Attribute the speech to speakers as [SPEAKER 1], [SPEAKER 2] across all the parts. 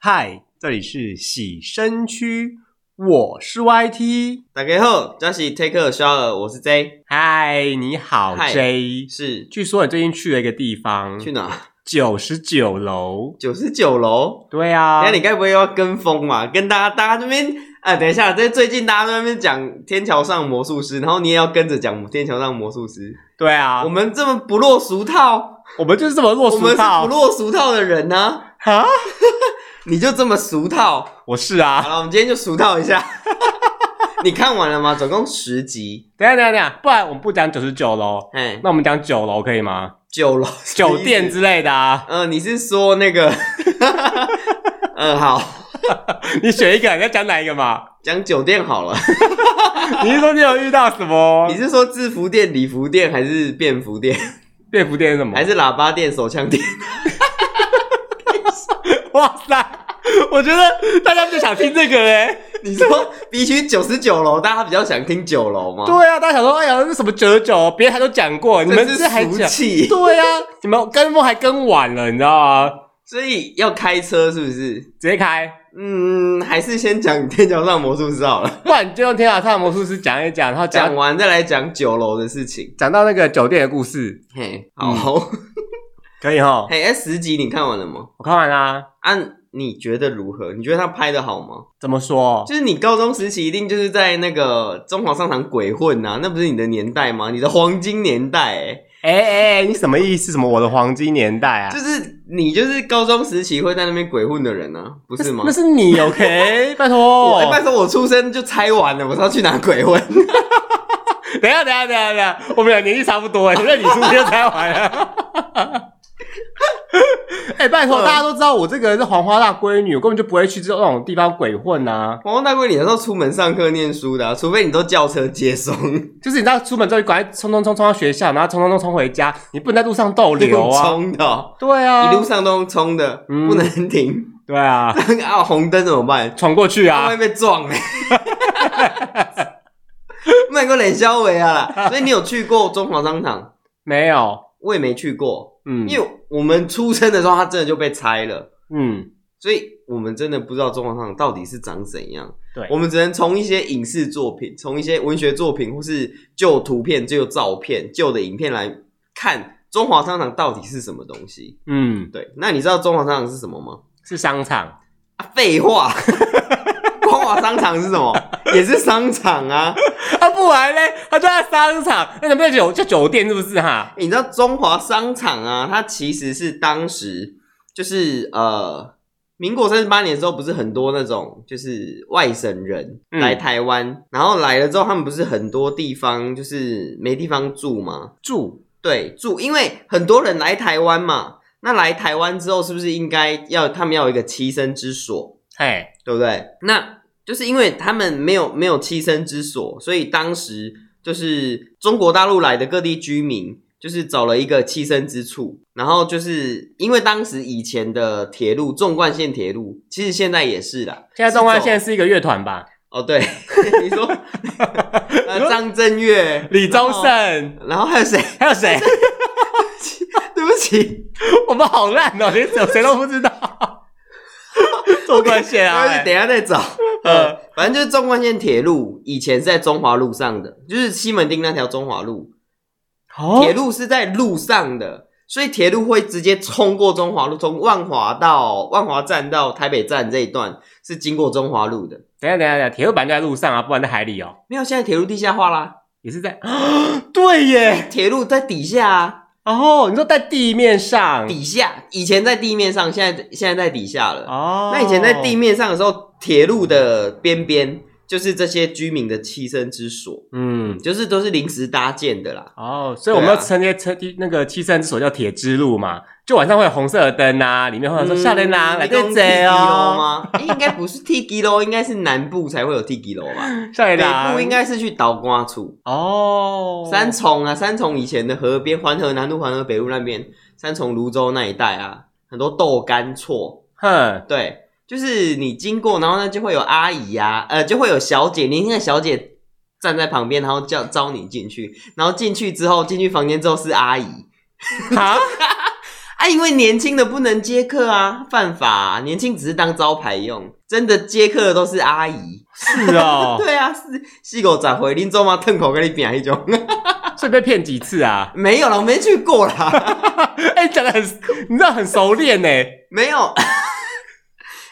[SPEAKER 1] 嗨，这里是洗身区，我是 YT。
[SPEAKER 2] 打开后，这是 Take a Shower，我是 J，
[SPEAKER 1] 嗨，你好
[SPEAKER 2] 嗨
[SPEAKER 1] J。
[SPEAKER 2] 是
[SPEAKER 1] 据说你最近去了一个地方，
[SPEAKER 2] 去哪？
[SPEAKER 1] 九十九楼。
[SPEAKER 2] 九十九楼。
[SPEAKER 1] 对啊
[SPEAKER 2] 那，你该不会又要跟风嘛？跟大家，大家这边啊，等一下，在最近大家都在那边讲天桥上魔术师，然后你也要跟着讲天桥上魔术师。
[SPEAKER 1] 对啊，
[SPEAKER 2] 我
[SPEAKER 1] 我们
[SPEAKER 2] 们这么不落俗套，
[SPEAKER 1] 我们就是这么落
[SPEAKER 2] 我们
[SPEAKER 1] 俗
[SPEAKER 2] 是不
[SPEAKER 1] 套
[SPEAKER 2] 落俗套的人呢、啊。
[SPEAKER 1] 啊！
[SPEAKER 2] 你就这么俗套？
[SPEAKER 1] 我是啊
[SPEAKER 2] 好。了，我们今天就俗套一下。 你看完了吗？总共十集。
[SPEAKER 1] 等一下等一下等一下，不然我们不讲九十九楼，
[SPEAKER 2] 哎，
[SPEAKER 1] 那我们讲九楼可以吗？
[SPEAKER 2] 九楼
[SPEAKER 1] 酒店。之类的啊，
[SPEAKER 2] 呃，你是说那个？ 嗯，好，
[SPEAKER 1] 你选一个，你要讲哪一个嘛？
[SPEAKER 2] 讲酒店好了。
[SPEAKER 1] 你是说你有遇到什么
[SPEAKER 2] 你是说制服店、礼服店，还是便服店，
[SPEAKER 1] 嗯便服店是什么
[SPEAKER 2] 还？是喇叭店、手枪店？
[SPEAKER 1] 哇塞！我觉得大家就想听这个嘞、
[SPEAKER 2] 你说必须九十九楼，大家比较想听九楼吗？
[SPEAKER 1] 对啊，大家想说，哎呀，那什么九九，别人还都讲过，你们
[SPEAKER 2] 真
[SPEAKER 1] 这还
[SPEAKER 2] 是俗
[SPEAKER 1] 讲？
[SPEAKER 2] 气，
[SPEAKER 1] 对啊，你们跟风还跟晚了，你知道吗？
[SPEAKER 2] 所以要开车是不是？
[SPEAKER 1] 直接开，
[SPEAKER 2] 嗯，还是先讲天桥上魔术师 好了，
[SPEAKER 1] 不然你就用天塔上魔术师讲一讲，然后讲
[SPEAKER 2] 讲完再来讲九楼的事情。
[SPEAKER 1] 讲到那个酒店的故事，
[SPEAKER 2] 嘿，好，
[SPEAKER 1] 嗯可以哈？
[SPEAKER 2] 嘿，哎，十集你看完了吗？
[SPEAKER 1] 我看完啦、
[SPEAKER 2] 啊，你觉得如何？你觉得他拍的好吗？
[SPEAKER 1] 怎么说？
[SPEAKER 2] 就是你高中时期一定就是在那个中华商场鬼混呐、那不是你的年代吗？你的黄金年代、哎。
[SPEAKER 1] 哎哎、哎你什么意思？什么我的黄金年代啊？
[SPEAKER 2] 就是你就是高中时期会在那边鬼混的人啊，不是吗
[SPEAKER 1] 那？是哦你 OK，拜
[SPEAKER 2] 我
[SPEAKER 1] 托。
[SPEAKER 2] 哎拜托，我出生就拆完了，我是要去哪 鬼混？
[SPEAKER 1] 等一下，等一下，等一下，等一下，我们俩年纪差不多哎，那你出天才玩啊？ 哎、拜托，
[SPEAKER 2] 嗯
[SPEAKER 1] 大家都知道我这个人是黄花大闺女，我根本就不会去这种地方鬼混啊。
[SPEAKER 2] 黄光大贵，你那时候出门上课念书的、啊，除非你都轿车 接送，
[SPEAKER 1] 就是你知道，出门之后你赶快冲冲冲冲到学校，然后冲冲冲冲回家，你不能在路上逗留
[SPEAKER 2] 用
[SPEAKER 1] 啊。
[SPEAKER 2] 冲的哦、
[SPEAKER 1] 对啊，
[SPEAKER 2] 一路上都用冲的，
[SPEAKER 1] 嗯
[SPEAKER 2] 不能停。
[SPEAKER 1] 对啊，
[SPEAKER 2] 啊，红灯怎么办？
[SPEAKER 1] 闯过去啊
[SPEAKER 2] 会。被 撞哎、欸！卖过冷肖维啊啦，所以你有去过中华商场？
[SPEAKER 1] 没有，
[SPEAKER 2] 我也没去过，
[SPEAKER 1] 嗯
[SPEAKER 2] 因为我们出生的时候，它真的就被拆了。
[SPEAKER 1] 嗯，
[SPEAKER 2] 所以我们真的不知道中华上到底是长怎样。
[SPEAKER 1] 对
[SPEAKER 2] 我们只能从一些影视作品、从一些文学作品，或是旧图片、旧照片、旧的影片来看中华商场到底是什么东西。
[SPEAKER 1] 嗯，
[SPEAKER 2] 对，那你知道中华商场是什么吗？
[SPEAKER 1] 是商场。
[SPEAKER 2] 啊，废话， 中华商场是什么？也是商场啊。
[SPEAKER 1] 啊，不然嘞，他就在商场，哎那怎么在酒在酒店是不是哈？
[SPEAKER 2] 你知道中华商场啊，它其实是当时就是呃，民国三十八年的时候，不是很多那种就是外省人
[SPEAKER 1] 嗯
[SPEAKER 2] 来台湾，然后来了之后，他们不是很多地方就是没地方住吗？
[SPEAKER 1] 住，
[SPEAKER 2] 对，住，因为很多人来台湾嘛，那来台湾之后，是不是应该要他们要有一个栖身之所？
[SPEAKER 1] 嘿，
[SPEAKER 2] 对不对？那就是因为他们没有没有栖身之所，所以当时就是中国大陆来的各地居民，就是找了一个栖身之处。然后就是因为当时以前的铁路纵贯线铁路，其实现在也是啦。
[SPEAKER 1] 现在中
[SPEAKER 2] 是
[SPEAKER 1] 关
[SPEAKER 2] 走
[SPEAKER 1] 线是一个乐团吧？
[SPEAKER 2] 哦，对， 你说，呃，张震岳、
[SPEAKER 1] 李宗
[SPEAKER 2] 然
[SPEAKER 1] 盛，
[SPEAKER 2] 后，然后还有谁？
[SPEAKER 1] 还有谁？
[SPEAKER 2] 对不起，
[SPEAKER 1] 我们好烂哦，连谁谁都不知道。中关线啊，
[SPEAKER 2] 但是
[SPEAKER 1] 哎
[SPEAKER 2] 等一下再找。
[SPEAKER 1] 嗯
[SPEAKER 2] 呃，反正就是纵贯线铁路以前是在中华路上的，就是西门町那条中华路。铁
[SPEAKER 1] 哦，
[SPEAKER 2] 路是在路上的，所以铁路会直接冲过中华路，从万华到万华站到台北站这一段是经过中华路的。
[SPEAKER 1] 等一下等一下等一下，铁路板就在路上啊，不然在海里哦，
[SPEAKER 2] 没有，现在铁路地下化啦，
[SPEAKER 1] 也是在。 对耶，
[SPEAKER 2] 铁路在底下啊，
[SPEAKER 1] 哦，你说在地面上
[SPEAKER 2] 底下以前在地面上，现在现在在底下了。
[SPEAKER 1] 哦，
[SPEAKER 2] 那以前在地，面上的时候，铁路的边边就是这些居民的栖身之所，
[SPEAKER 1] 嗯，
[SPEAKER 2] 就是都是临时搭建的啦。
[SPEAKER 1] 哦，所以我们要称这些称那个栖身之所叫铁之路嘛，就晚上会有红色的灯啊，里面会有
[SPEAKER 2] 嗯
[SPEAKER 1] 说夏天啊，来对贼哦，
[SPEAKER 2] 吗？哎应该不是 T G 楼，应该是南部才会有 T G 楼吧？
[SPEAKER 1] 夏天啊，
[SPEAKER 2] 北部应该是去岛瓜处，
[SPEAKER 1] 哦，
[SPEAKER 2] 三重啊，三重以前的河边，环河南路、环河北路那边，三重泸州那一带啊，很多豆干错，
[SPEAKER 1] 哼，
[SPEAKER 2] 对，就是你经过，然后呢就会有阿姨啊，呃，就会有小姐，年轻的小姐站在旁边，然后叫招你进去，然后进去之后，进去房间之后是阿姨，
[SPEAKER 1] 好，
[SPEAKER 2] 啊，啊，因为年轻的不能接客啊，犯法、啊。年轻只是当招牌用，真的接客的都是阿姨。
[SPEAKER 1] 是哦，
[SPEAKER 2] 对啊，是细狗咋回？林州妈腾口跟你扁一种，
[SPEAKER 1] 所以被骗几次啊？
[SPEAKER 2] 没有了，我没去过啦，
[SPEAKER 1] 哎、讲的很，你知道很熟练呢、
[SPEAKER 2] 没有。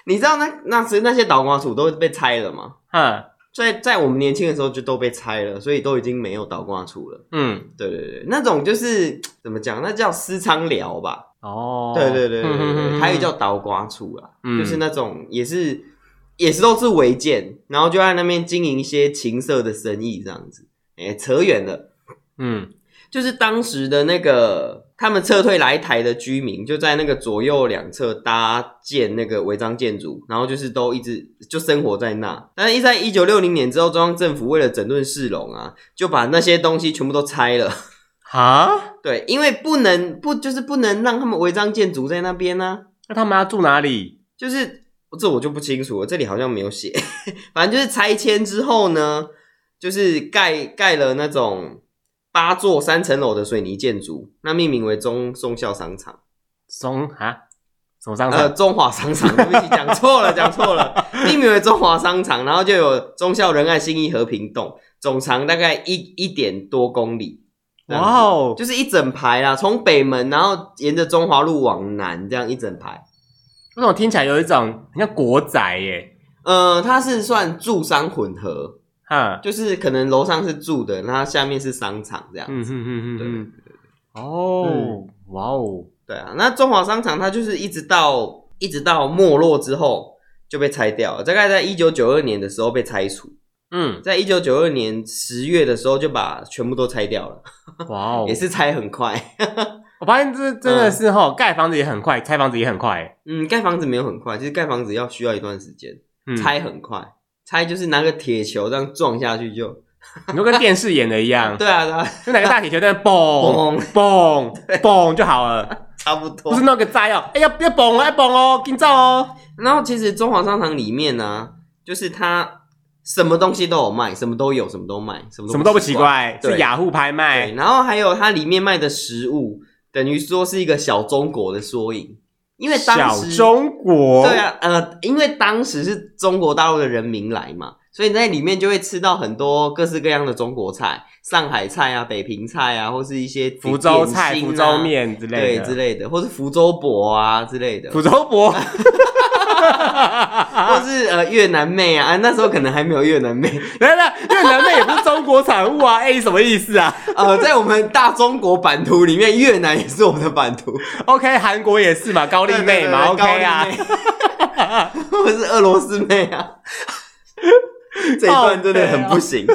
[SPEAKER 2] 你知道那那时那些导光处都被拆了吗？
[SPEAKER 1] 嗯
[SPEAKER 2] 在在我们年轻的时候就都被拆了，所以都已经没有倒挂处了。
[SPEAKER 1] 嗯，
[SPEAKER 2] 对对对，那种就是怎么讲，那叫私仓寮吧？
[SPEAKER 1] 哦，
[SPEAKER 2] 对对对对对对，还有叫倒挂处啊，
[SPEAKER 1] 嗯
[SPEAKER 2] 就是那种也是也是都是违建，然后就在那边经营一些情色的生意这样子。哎，扯远了。
[SPEAKER 1] 嗯
[SPEAKER 2] 就是当时的那个他们撤退来台的居民，就在那个左右两侧搭建那个违章建筑，然后就是都一直就生活在那。但是，一在一九六零年之后，中央政府为了整顿市容啊，就把那些东西全部都拆了。
[SPEAKER 1] 哈，
[SPEAKER 2] 对，因为不能不就是不能让他们违章建筑在那边啊呢、
[SPEAKER 1] 那他们要住哪里？
[SPEAKER 2] 就是这我就不清楚了，这里好像没有写。 反正就是拆迁之后呢，就是盖盖了那种八座三层楼的水泥建筑，那命名为中中校商场，
[SPEAKER 1] 松哈，什么商
[SPEAKER 2] 呃，
[SPEAKER 1] 场？
[SPEAKER 2] 中华商场，对不起，讲错了，讲 错了，命名为中华商场，然后就有忠孝仁爱新义和平栋，总长大概一一点多公里。这样子
[SPEAKER 1] 哇哦，
[SPEAKER 2] 就是一整排啦，从北门，然后沿着中华路往南，这样一整排。
[SPEAKER 1] 为什么听起来有一种很像国宅耶？
[SPEAKER 2] 呃，它是算住商混合，
[SPEAKER 1] 哈，
[SPEAKER 2] 就是可能楼上是住的，那下面是商场这样。
[SPEAKER 1] 嗯哼哼哼
[SPEAKER 2] 对嗯
[SPEAKER 1] 哼，哦，哇哦，
[SPEAKER 2] 对啊，那中华商场它就是一直到一直到没落之后就被拆掉了，大概在一九九二年的时候被拆除，
[SPEAKER 1] 嗯，
[SPEAKER 2] 在一九九二年十月的时候就把全部都拆掉了，
[SPEAKER 1] 哇哦
[SPEAKER 2] 也，是嗯拆很快。
[SPEAKER 1] 我发现这真的是哈，盖房子也很快，拆房子也很快，
[SPEAKER 2] 嗯，盖房子没有很快，其实盖房子要需要一段时间，
[SPEAKER 1] 嗯，
[SPEAKER 2] 拆很快，拆就是拿个铁球这样撞下去就。
[SPEAKER 1] 你就跟电视演的一样，
[SPEAKER 2] 对啊，对啊，
[SPEAKER 1] 就拿个大铁球在那嘣嘣 嘣就好了，
[SPEAKER 2] 差不多
[SPEAKER 1] 不是。弄个炸药，哎要要嘣哦，要嘣哦，紧照哦，
[SPEAKER 2] 然后其实中华商场里面呢、就是它什么东西都有卖，什么都有，什么都卖，什么
[SPEAKER 1] 什么都不奇
[SPEAKER 2] 奇。
[SPEAKER 1] 怪，
[SPEAKER 2] 对
[SPEAKER 1] 是雅虎拍
[SPEAKER 2] 对，
[SPEAKER 1] 卖，
[SPEAKER 2] 然后还有它里面卖的食物，等于说是一个小中国的缩影，因为当
[SPEAKER 1] 小
[SPEAKER 2] 时
[SPEAKER 1] 中国，
[SPEAKER 2] 对啊，呃，因为当时是中国大陆的人民来嘛，所以你在里面就会吃到很多各式各样的中国菜，上海菜啊、北平菜啊，或是一些
[SPEAKER 1] 福州菜、
[SPEAKER 2] 点
[SPEAKER 1] 福
[SPEAKER 2] 心啊
[SPEAKER 1] 州面之类
[SPEAKER 2] 对
[SPEAKER 1] 的，
[SPEAKER 2] 之类的，或是福州博啊之类的，
[SPEAKER 1] 福州 博，啊
[SPEAKER 2] 或是呃越南妹啊啊，那时候可能还没有越南 妹，
[SPEAKER 1] 来来，越南妹也不是中国产物啊！ 哎、什么意思啊
[SPEAKER 2] 呃，在我们大中国版图里面，越南也是我们的版图，
[SPEAKER 1] ？OK，韩国也是嘛，高丽妹嘛
[SPEAKER 2] 对对对对
[SPEAKER 1] o k 啊
[SPEAKER 2] 高丽，妹 或是俄罗斯妹 啊，这一段真的很不行。
[SPEAKER 1] 啊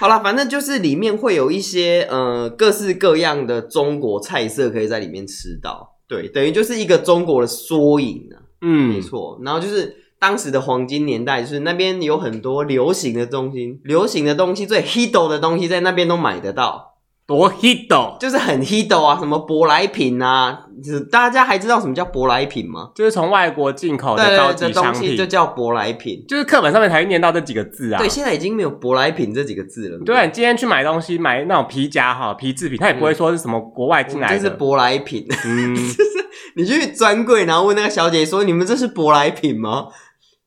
[SPEAKER 2] 好啦，反正就是里面会有一些呃各式各样的中国菜色可以在里面吃到，对，等于就是一个中国的缩影啊。没
[SPEAKER 1] 嗯，
[SPEAKER 2] 错。然后就是当时的黄金年代，就是那边有很多流行的东西，流行的东西最 hit 的东西在那边都买得到，
[SPEAKER 1] 多 hit 哦，
[SPEAKER 2] 就是很 hit 啊，什么舶来品啊，就是大家还知道什么叫舶来品吗？
[SPEAKER 1] 就是从外国进口
[SPEAKER 2] 对
[SPEAKER 1] 的哦高
[SPEAKER 2] 对对，
[SPEAKER 1] 级
[SPEAKER 2] 这东
[SPEAKER 1] 商
[SPEAKER 2] 西
[SPEAKER 1] 品，
[SPEAKER 2] 就叫舶来品。
[SPEAKER 1] 就是课本上面才会念到这几个字啊。
[SPEAKER 2] 对，现在已经没有舶来品这几个字了。
[SPEAKER 1] 对，你今天去买东西，买那种皮夹哈、皮制品，他也不会说是什么国外
[SPEAKER 2] 我
[SPEAKER 1] 进
[SPEAKER 2] 们
[SPEAKER 1] 来
[SPEAKER 2] 嗯这是
[SPEAKER 1] 的。
[SPEAKER 2] 舶来品。
[SPEAKER 1] 嗯，
[SPEAKER 2] 你去专柜，然后问那个小姐说：“你们这是舶来品吗？”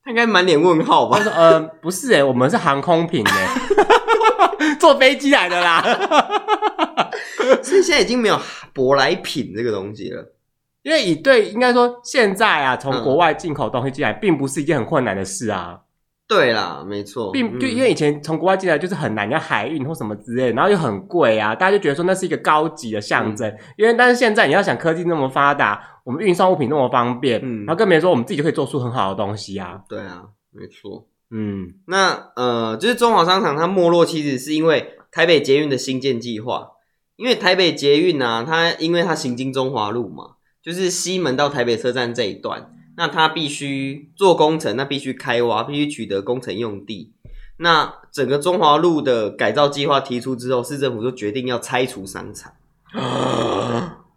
[SPEAKER 2] 她应该满脸问号吧
[SPEAKER 1] 他？说呃，不是哎、我们是航空品 哎、坐飞机来的啦。
[SPEAKER 2] 所以现在已经没有舶来品这个东西了。
[SPEAKER 1] 因为以对，应该说现在啊，从国外进口东西进来，并不是一件很困难的事啊。
[SPEAKER 2] 对啦，没错，
[SPEAKER 1] 并就
[SPEAKER 2] 嗯
[SPEAKER 1] 因为以前从国外进来就是很难，要海运或什么之类的，然后又很贵啊，大家就觉得说那是一个高级的象
[SPEAKER 2] 嗯
[SPEAKER 1] 征。因为但是现在你要想科技那么发达，我们运送物品那么方便，
[SPEAKER 2] 嗯
[SPEAKER 1] 然后更别说我们自己就可以做出很好的东西啊。
[SPEAKER 2] 对啊，没错。
[SPEAKER 1] 嗯，
[SPEAKER 2] 那呃，就是中华商场它没落，其实是因为台北捷运的新建计划。因为台北捷运啊，它因为它行经中华路嘛，就是西门到台北车站这一段，那它必须做工程，那必须开挖，必须取得工程用地。那整个中华路的改造计划提出之后，市政府就决定要拆除商场。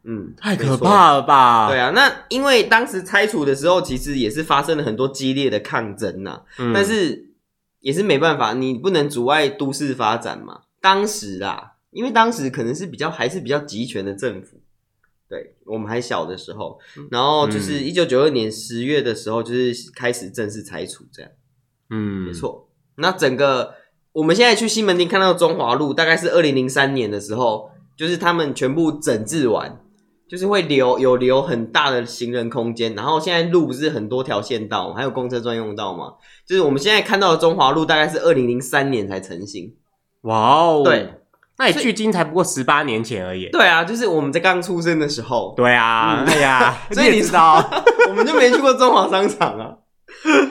[SPEAKER 2] 嗯，
[SPEAKER 1] 太
[SPEAKER 2] 没
[SPEAKER 1] 可
[SPEAKER 2] 错
[SPEAKER 1] 怕了吧？
[SPEAKER 2] 对啊，那因为当时拆除的时候，其实也是发生了很多激烈的抗争啊呐、
[SPEAKER 1] 嗯
[SPEAKER 2] 但是也是没办法，你不能阻碍都市发展嘛。当时啊，因为当时可能是比较还是比较集权的政府，对我们还小的时候，然后就是一九九二年十月的时候，就是开始正式拆除这样。
[SPEAKER 1] 嗯，
[SPEAKER 2] 没。错。那整个我们现在去西门町看到中华路，大概是二零零三年的时候，就是他们全部整治完，就是会留有留很大的行人空间。然后现在路不是很多条线道，还有公车专用道嘛，就是我们现在看到的中华路，大概是二零零三年才成型。
[SPEAKER 1] 哇哦，
[SPEAKER 2] 对，
[SPEAKER 1] 那也
[SPEAKER 2] 所以
[SPEAKER 1] 距今才不过十八年前而已。
[SPEAKER 2] 对啊，就是我们在刚出生的时候，
[SPEAKER 1] 对啊，
[SPEAKER 2] 嗯
[SPEAKER 1] 哎 呀，
[SPEAKER 2] 所以
[SPEAKER 1] 你
[SPEAKER 2] 你
[SPEAKER 1] 也知道，
[SPEAKER 2] 我们就没去过中华商场啊。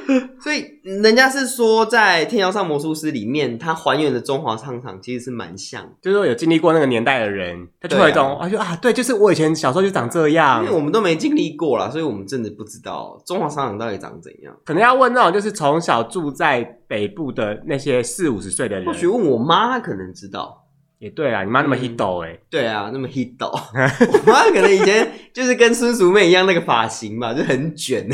[SPEAKER 2] 所以人家是说，在《天桥上魔术师》里面，它还原的中华商场其实是蛮像的。
[SPEAKER 1] 就是说有经历过那个年代的人，他就会有一种，哎呦啊，对，就是我以前小时候就长这样
[SPEAKER 2] 因为。我们都没经历过啦，所以我们真的不知道中华商场到底长怎样。
[SPEAKER 1] 可能要问那种就是从小住在北部的那些四五十岁的
[SPEAKER 2] 或许
[SPEAKER 1] 人，
[SPEAKER 2] 问我妈，她可能知道。
[SPEAKER 1] 也对啊，你妈那么
[SPEAKER 2] 嗯
[SPEAKER 1] hit 抖哎，
[SPEAKER 2] 对啊，那么 hit 到，我妈可能以前就是跟孙淑妹一样那个发型嘛，就很卷。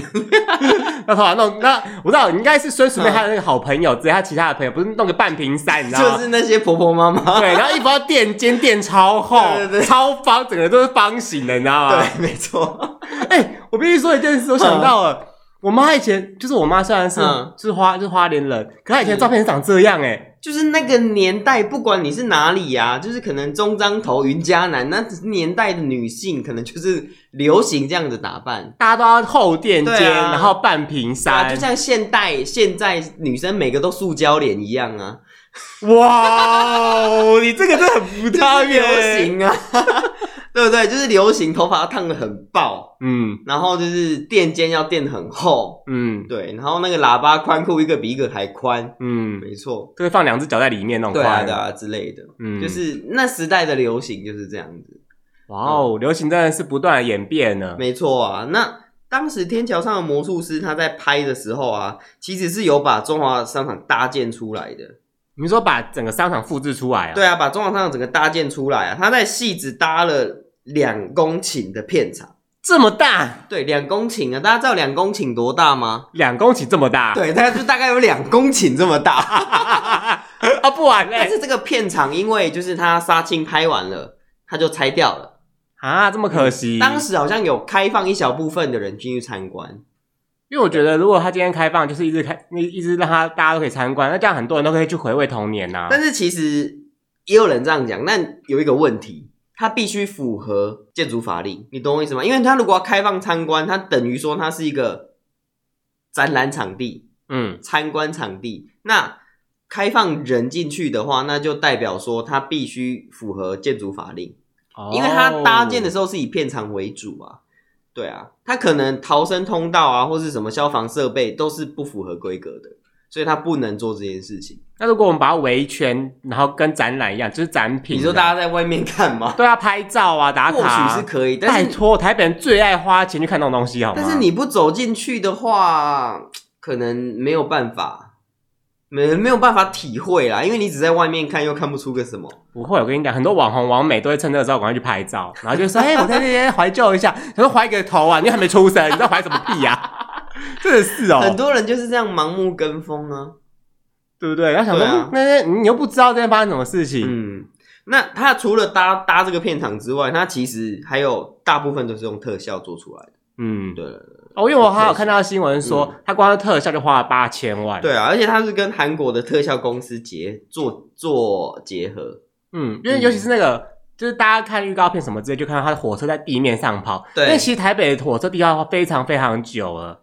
[SPEAKER 1] 那头发弄那我知道应该是孙淑妹她的那个好朋友，只是她其他的朋友不是弄个半瓶山，你知道吗？
[SPEAKER 2] 就是那些婆婆妈妈。
[SPEAKER 1] 对，然后衣服要垫肩垫超厚
[SPEAKER 2] 对对对
[SPEAKER 1] 超方，整个都是方形的，你知道吗？
[SPEAKER 2] 对，没错。
[SPEAKER 1] 哎、我必须说一件事，我想到了，我妈以前就是我妈，虽然是、
[SPEAKER 2] 嗯
[SPEAKER 1] 就是花就是花莲人，可她以前的照片是长这样哎、
[SPEAKER 2] 就是那个年代，不管你是哪里呀、就是可能中彰头、云嘉南那年代的女性，可能就是流行这样的打扮。
[SPEAKER 1] 大家都要厚垫肩，
[SPEAKER 2] 对啊
[SPEAKER 1] 然后半平
[SPEAKER 2] 啊，
[SPEAKER 1] 衫
[SPEAKER 2] 就，像现代现在女生每个都塑胶脸一样啊。
[SPEAKER 1] 哇哦，你这个真的很 不搭
[SPEAKER 2] 流
[SPEAKER 1] 耶，
[SPEAKER 2] 行啊， 对不对？就是流行，头发要烫的很爆，
[SPEAKER 1] 嗯
[SPEAKER 2] 然后就是垫肩要垫得很厚，
[SPEAKER 1] 嗯
[SPEAKER 2] 对，然后那个喇叭宽裤一个比一个还宽，
[SPEAKER 1] 嗯，
[SPEAKER 2] 没错，
[SPEAKER 1] 就会放两只脚在里面那种
[SPEAKER 2] 对啊
[SPEAKER 1] 宽
[SPEAKER 2] 对，啊之类的，
[SPEAKER 1] 嗯，
[SPEAKER 2] 就是那时代的流行就是这样子，
[SPEAKER 1] 哇哦，流行真的是不断地演变呢，
[SPEAKER 2] 没错啊。那当时天桥上的魔术师他在拍的时候啊，其实是有把中华商场搭建出来的，
[SPEAKER 1] 你说把整个商场复制出来啊？
[SPEAKER 2] 对啊，把中华商场整个搭建出来啊，他在戏子搭了两公顷的片场。
[SPEAKER 1] 这么大，
[SPEAKER 2] 对，两公顷啊，大家知道两公顷多大吗？
[SPEAKER 1] 两公顷这么大，
[SPEAKER 2] 对，它就大概有两公顷这么大。
[SPEAKER 1] 啊，不玩嘞、
[SPEAKER 2] 但是这个片场，因为就是它杀青拍完了，它就拆掉了。
[SPEAKER 1] 啊，这么可惜。
[SPEAKER 2] 嗯当时好像有开放一小部分的人进去参观。
[SPEAKER 1] 因为我觉得，如果他今天开放，就是一直开，一一直让他大家都可以参观，那这样很多人都可以去回味童年啊呐、
[SPEAKER 2] 但是其实也有人这样讲，但有一个问题，它必须符合建筑法令，你懂我意思吗？因为它如果要开放参观，它等于说它是一个展览场地，
[SPEAKER 1] 嗯，
[SPEAKER 2] 参观场地。那开放人进去的话，那就代表说它必须符合建筑法令，因为它搭建的
[SPEAKER 1] 哦
[SPEAKER 2] 时候是以片场为主啊。对啊，它可能逃生通道啊，或是什么消防设备都是不符合规格的，所以它不能做这件事情。
[SPEAKER 1] 那如果我们把它围一圈，然后跟展览一样，就是展品啊，
[SPEAKER 2] 你说大家在外面干嘛？
[SPEAKER 1] 对啊，拍照啊，打
[SPEAKER 2] 或
[SPEAKER 1] 卡啊、
[SPEAKER 2] 许是可以，
[SPEAKER 1] 拜
[SPEAKER 2] 但是
[SPEAKER 1] 托，台北人最爱花钱去看那种东西，好吗？
[SPEAKER 2] 但是你不走进去的话，可能没有办法，没没有办法体会啦，因为你只在外面看，又看不出个什么。
[SPEAKER 1] 不会，我跟你讲，很多网红、网美都会趁这个时候赶快去拍照，然后就说：“ 哎、我在那边怀旧一下。”他说：“怀个头啊，你还没出生， 你知道怀什么屁呀、 真的是哦，
[SPEAKER 2] 很多人就是这样盲目跟风啊。
[SPEAKER 1] 对不对？然后想说，
[SPEAKER 2] 对啊
[SPEAKER 1] 嗯那那你又不知道这边发生什么事情，
[SPEAKER 2] 嗯，那他除了搭搭这个片场之外，他其实还有大部分都是用特效做出来的。
[SPEAKER 1] 嗯，
[SPEAKER 2] 对
[SPEAKER 1] 哦，因为我还有看到新闻说，
[SPEAKER 2] 嗯
[SPEAKER 1] 他光是特效就花了八千万。，
[SPEAKER 2] 对啊，而且他是跟韩国的特效公司结做做结合。
[SPEAKER 1] 嗯，因为尤其是那个，就是大家看预告片什么之类，就看到他的火车在地面上跑。
[SPEAKER 2] 对
[SPEAKER 1] 因为其实台北的火车地下化非常非常久了，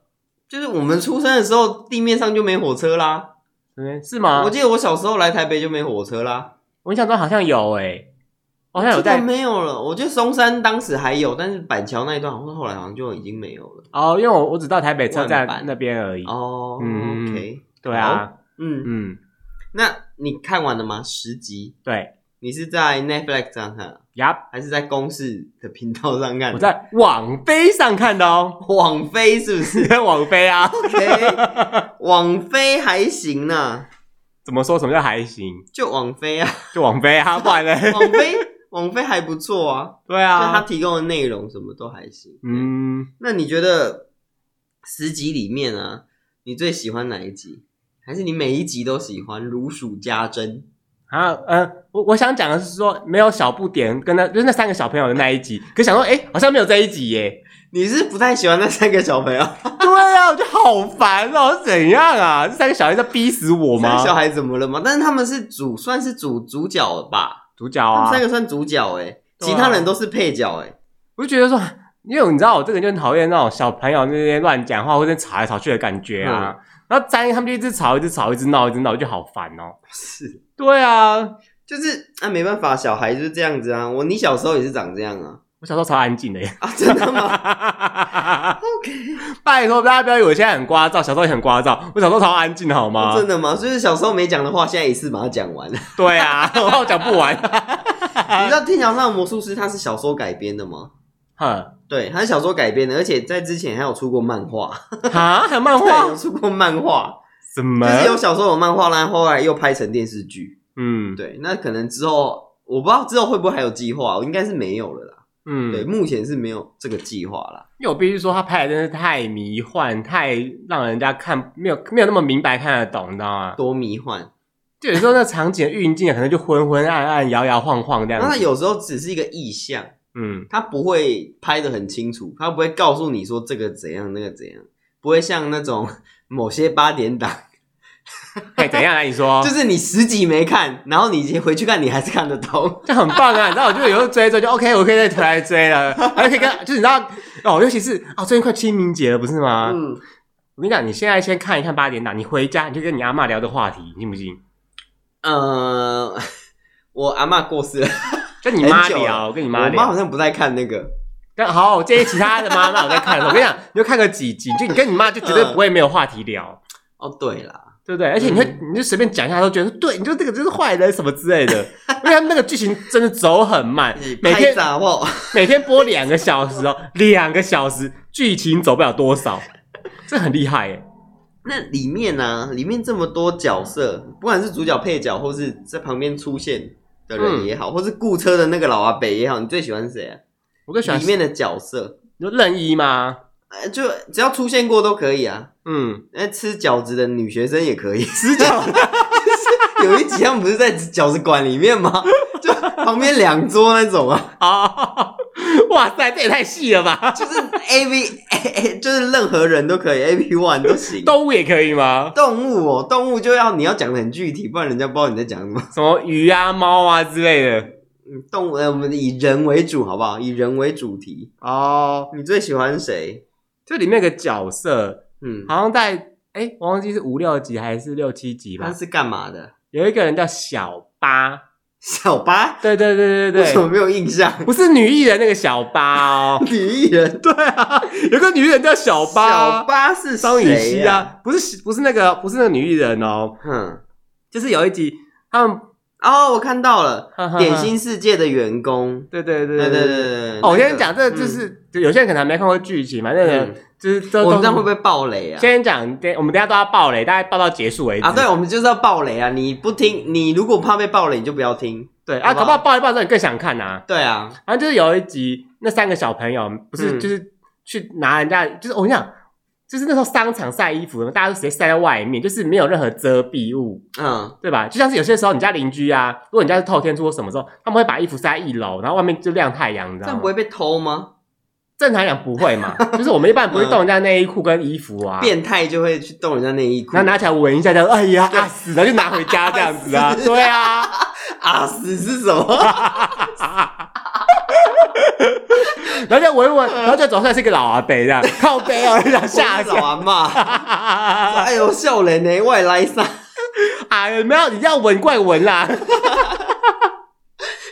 [SPEAKER 2] 就是我们出生的时候，地面上就没火车啦。
[SPEAKER 1] 嗯，是吗
[SPEAKER 2] 我？记得我小时候来台北就没火车啦，
[SPEAKER 1] 我印象中好像有诶、我好像有
[SPEAKER 2] 现在
[SPEAKER 1] 在
[SPEAKER 2] 没有了。我觉得松山当时还有，但是板桥那一段好像后来好像就已经没有了。
[SPEAKER 1] 哦，因为我我只到台北车
[SPEAKER 2] 万
[SPEAKER 1] 站
[SPEAKER 2] 板
[SPEAKER 1] 那边而已。
[SPEAKER 2] 哦、
[SPEAKER 1] 嗯
[SPEAKER 2] o k
[SPEAKER 1] 对啊，
[SPEAKER 2] 嗯，
[SPEAKER 1] 嗯，
[SPEAKER 2] 那你看完了吗？十集？
[SPEAKER 1] 对，
[SPEAKER 2] 你是在 Netflix 上看啊？
[SPEAKER 1] 呀，
[SPEAKER 2] 还是在公式的频道上看的？啊
[SPEAKER 1] 我在网飞上看的哦，
[SPEAKER 2] 网飞是不
[SPEAKER 1] 你
[SPEAKER 2] 是
[SPEAKER 1] 在网飞啊？
[SPEAKER 2] ？OK，网飞还行呢、
[SPEAKER 1] 怎么说什么叫还行？
[SPEAKER 2] 就网飞啊，
[SPEAKER 1] 就网飞啊，不然呢？
[SPEAKER 2] 网飞网飞还不错啊，
[SPEAKER 1] 对
[SPEAKER 2] 就它
[SPEAKER 1] 啊，
[SPEAKER 2] 提供的内容什么都还行。嗯，
[SPEAKER 1] 嗯。
[SPEAKER 2] 那你觉得十集里面啊，你最喜欢哪一集？还是你每一集都喜欢，如数家珍？
[SPEAKER 1] 啊，呃，我我想讲的是说，没有小不点跟那就是那三个小朋友的那一集，可想说，哎、好像没有这一集耶。
[SPEAKER 2] 你是不太喜欢那三个小朋友，
[SPEAKER 1] 对啊，我就好烦哦，怎样啊？这三个小孩在逼死我
[SPEAKER 2] 三个
[SPEAKER 1] 吗？
[SPEAKER 2] 小孩怎么了嘛？但是他们是主，算是主主角吧，
[SPEAKER 1] 主角
[SPEAKER 2] 他们
[SPEAKER 1] 啊
[SPEAKER 2] 三，个算主角哎、
[SPEAKER 1] 对啊
[SPEAKER 2] 其他人都是配角哎、
[SPEAKER 1] 我就觉得说，因为你知道我这个人就很讨厌那种小朋友那些乱讲话或者吵来吵去的感觉
[SPEAKER 2] 嗯
[SPEAKER 1] 啊。然后张一他们就一直吵，一直吵，一直闹，一直闹，我就好烦哦。
[SPEAKER 2] 是，
[SPEAKER 1] 对啊，
[SPEAKER 2] 就是啊，没办法，小孩就是这样子啊。我你小时候也是长这样啊
[SPEAKER 1] 我小时候超安静的耶。
[SPEAKER 2] 啊，真 的吗？
[SPEAKER 1] OK，拜 托大家不要以为我现在很聒噪，小时候也很聒噪，我小时候超安静的好吗？
[SPEAKER 2] 真的吗？就是小时候没讲的话，现在一次把它讲完。
[SPEAKER 1] 对啊， 我怕我讲不 完。哎
[SPEAKER 2] 你知道《天桥上的魔术师》它是小说改编的吗？
[SPEAKER 1] 哼，
[SPEAKER 2] 对，它是小说改编的，而且在之前还有出过漫画，
[SPEAKER 1] 哈，还有漫
[SPEAKER 2] 对，
[SPEAKER 1] 画
[SPEAKER 2] 有？出过漫画，
[SPEAKER 1] 什
[SPEAKER 2] 就
[SPEAKER 1] 么？
[SPEAKER 2] 是有小说有漫画，然后后来又拍成电视剧。
[SPEAKER 1] 嗯，
[SPEAKER 2] 对，那可能之后我不知道之后会不会还有计划，应该是没有了啦。
[SPEAKER 1] 嗯，
[SPEAKER 2] 对，目前是没有这个计划啦。
[SPEAKER 1] 因为我必须说，他拍的真是太迷幻，太让人家看没有没有那么明白看得懂，你知道吗？
[SPEAKER 2] 多迷幻，
[SPEAKER 1] 就有时候那场景的运镜可能就昏昏暗暗、摇摇晃晃这样
[SPEAKER 2] 那它
[SPEAKER 1] 子。
[SPEAKER 2] 有时候只是一个意象，
[SPEAKER 1] 嗯，
[SPEAKER 2] 它不会拍的很清楚，它不会告诉你说这个怎样，那个怎样，不会像那种 某些八点档。
[SPEAKER 1] 哎，怎样来你说？
[SPEAKER 2] 就是你十集没看，然后你回去看，你还是看得懂。
[SPEAKER 1] 就很棒啊！你知道，我就有时候追一追就 OK，我可以再回来追 了，还可以跟，就是你知道哦，尤其是哦，最近快清明节了，不是吗？
[SPEAKER 2] 嗯，
[SPEAKER 1] 我跟你讲，你现在先看一看八点档，你回家你就跟你阿嬷聊的话题，你信不信？
[SPEAKER 2] 呃，我阿嬷过世了，
[SPEAKER 1] 就你妈
[SPEAKER 2] 很久
[SPEAKER 1] 聊，
[SPEAKER 2] 了
[SPEAKER 1] 跟你
[SPEAKER 2] 我
[SPEAKER 1] 妈
[SPEAKER 2] 妈
[SPEAKER 1] 聊
[SPEAKER 2] 好。像不太看那个。
[SPEAKER 1] 但好，我建议其他的妈妈我在 看的时候，我跟你讲，你就看个几集，就你跟你妈就绝对
[SPEAKER 2] 嗯
[SPEAKER 1] 不会没有话题聊，
[SPEAKER 2] 哦，对啦，
[SPEAKER 1] 对不对？而且你会，
[SPEAKER 2] 嗯
[SPEAKER 1] 你就随便讲一下，都觉得对，你就这个就是坏人什么之类 的，因为他们那个剧情真的走很慢，每
[SPEAKER 2] 拍
[SPEAKER 1] 天
[SPEAKER 2] 杂货，
[SPEAKER 1] 每天播两个小时哦，两个小时剧情走不了多少，这很厉害耶。
[SPEAKER 2] 那里面呢、里面这么多角色，不管是主角、配角，或是在旁边出现的
[SPEAKER 1] 嗯
[SPEAKER 2] 人也好，或是雇车的那个老阿北也好，你最喜欢谁啊？
[SPEAKER 1] 我最喜欢
[SPEAKER 2] 里面的角色，
[SPEAKER 1] 你说任一吗？
[SPEAKER 2] 呃，就只要出现过都可以啊。
[SPEAKER 1] 嗯，
[SPEAKER 2] 那吃饺子的女学生也可以。
[SPEAKER 1] 死角。
[SPEAKER 2] 有一集他们不是在饺子馆里面吗？就旁边两桌那种啊，
[SPEAKER 1] 哦， 哇塞，这也太细了吧！
[SPEAKER 2] 就是 A V，就是任何人都可以，A V one 都行。
[SPEAKER 1] 动物也可以吗？
[SPEAKER 2] 动物哦，动物就要你要讲的很具体，不然人家不知道你在讲什么。
[SPEAKER 1] 什么鱼啊、猫啊之类的。
[SPEAKER 2] 嗯动物，呃我们以人为主好不好？以人为主题。
[SPEAKER 1] 哦，
[SPEAKER 2] 你最喜欢谁？
[SPEAKER 1] 这里面有个角色
[SPEAKER 2] 嗯，
[SPEAKER 1] 好像在哎，我忘记是五六集还是六七集
[SPEAKER 2] 他
[SPEAKER 1] 吧。
[SPEAKER 2] 是干嘛的？
[SPEAKER 1] 有一个人叫小八，
[SPEAKER 2] 小八？
[SPEAKER 1] 对对对
[SPEAKER 2] 为
[SPEAKER 1] 对
[SPEAKER 2] 什
[SPEAKER 1] 对
[SPEAKER 2] 么，没有印象？。
[SPEAKER 1] 不是女艺人那个小八哦
[SPEAKER 2] 女艺人
[SPEAKER 1] 对啊，有个女艺人叫小哦
[SPEAKER 2] 小
[SPEAKER 1] 八，
[SPEAKER 2] 八是
[SPEAKER 1] 张雨绮
[SPEAKER 2] 谁呀、
[SPEAKER 1] 啊，不是不是那个不是那个女艺人哦，
[SPEAKER 2] 哼，
[SPEAKER 1] 就是有一集他们
[SPEAKER 2] 哦，我看 到了，
[SPEAKER 1] 哈哈哈
[SPEAKER 2] 点心世界的员工。
[SPEAKER 1] 对对对
[SPEAKER 2] 对对对对对。
[SPEAKER 1] 哦，我
[SPEAKER 2] 那
[SPEAKER 1] 先
[SPEAKER 2] 个
[SPEAKER 1] 讲这个就是就有些人可能还没看过剧情嘛，那个
[SPEAKER 2] 嗯
[SPEAKER 1] 就是这
[SPEAKER 2] 我
[SPEAKER 1] 都
[SPEAKER 2] 们这样会不会爆雷啊？
[SPEAKER 1] 先讲，等我们等一下都要爆雷，大概爆到结束为止。
[SPEAKER 2] 啊，对，我们就是要爆雷啊！你不听，你如果怕被爆雷，你就不要听。
[SPEAKER 1] 对啊，
[SPEAKER 2] 好不
[SPEAKER 1] 搞
[SPEAKER 2] 好
[SPEAKER 1] 不好爆一爆之后你更想看啊。
[SPEAKER 2] 对啊，
[SPEAKER 1] 反正就是有一集，那三个小朋友不是
[SPEAKER 2] 嗯
[SPEAKER 1] 就是去拿人家，就是我跟你讲，就是那时候商场晒衣服，大家都直接晒在外面，就是没有任何遮蔽物，
[SPEAKER 2] 嗯，
[SPEAKER 1] 对吧？就像是有些时候你家邻居啊，如果你家是透天厝或什么时候，他们会把衣服晒在一楼，然后外面就晾太阳，你知
[SPEAKER 2] 这
[SPEAKER 1] 道
[SPEAKER 2] 样
[SPEAKER 1] 吗
[SPEAKER 2] 不？会被偷吗？
[SPEAKER 1] 正常来讲不会嘛，就是我们一般不会动人家内衣裤跟衣服啊。
[SPEAKER 2] 嗯变态就会去动人家内衣裤，
[SPEAKER 1] 然后拿起来闻一下，这样，哎呀，啊死了，就拿回家这样子 啊，对啊，
[SPEAKER 2] 啊死啊是什么？
[SPEAKER 1] 然后再闻一闻，然后就走出来是一个老阿伯这样，靠背哦，想 吓死
[SPEAKER 2] 嗯我是老阿嘛！
[SPEAKER 1] 啊！
[SPEAKER 2] 哎呦，笑人呢，外来上，
[SPEAKER 1] 哎，没有，你这样闻怪闻啦，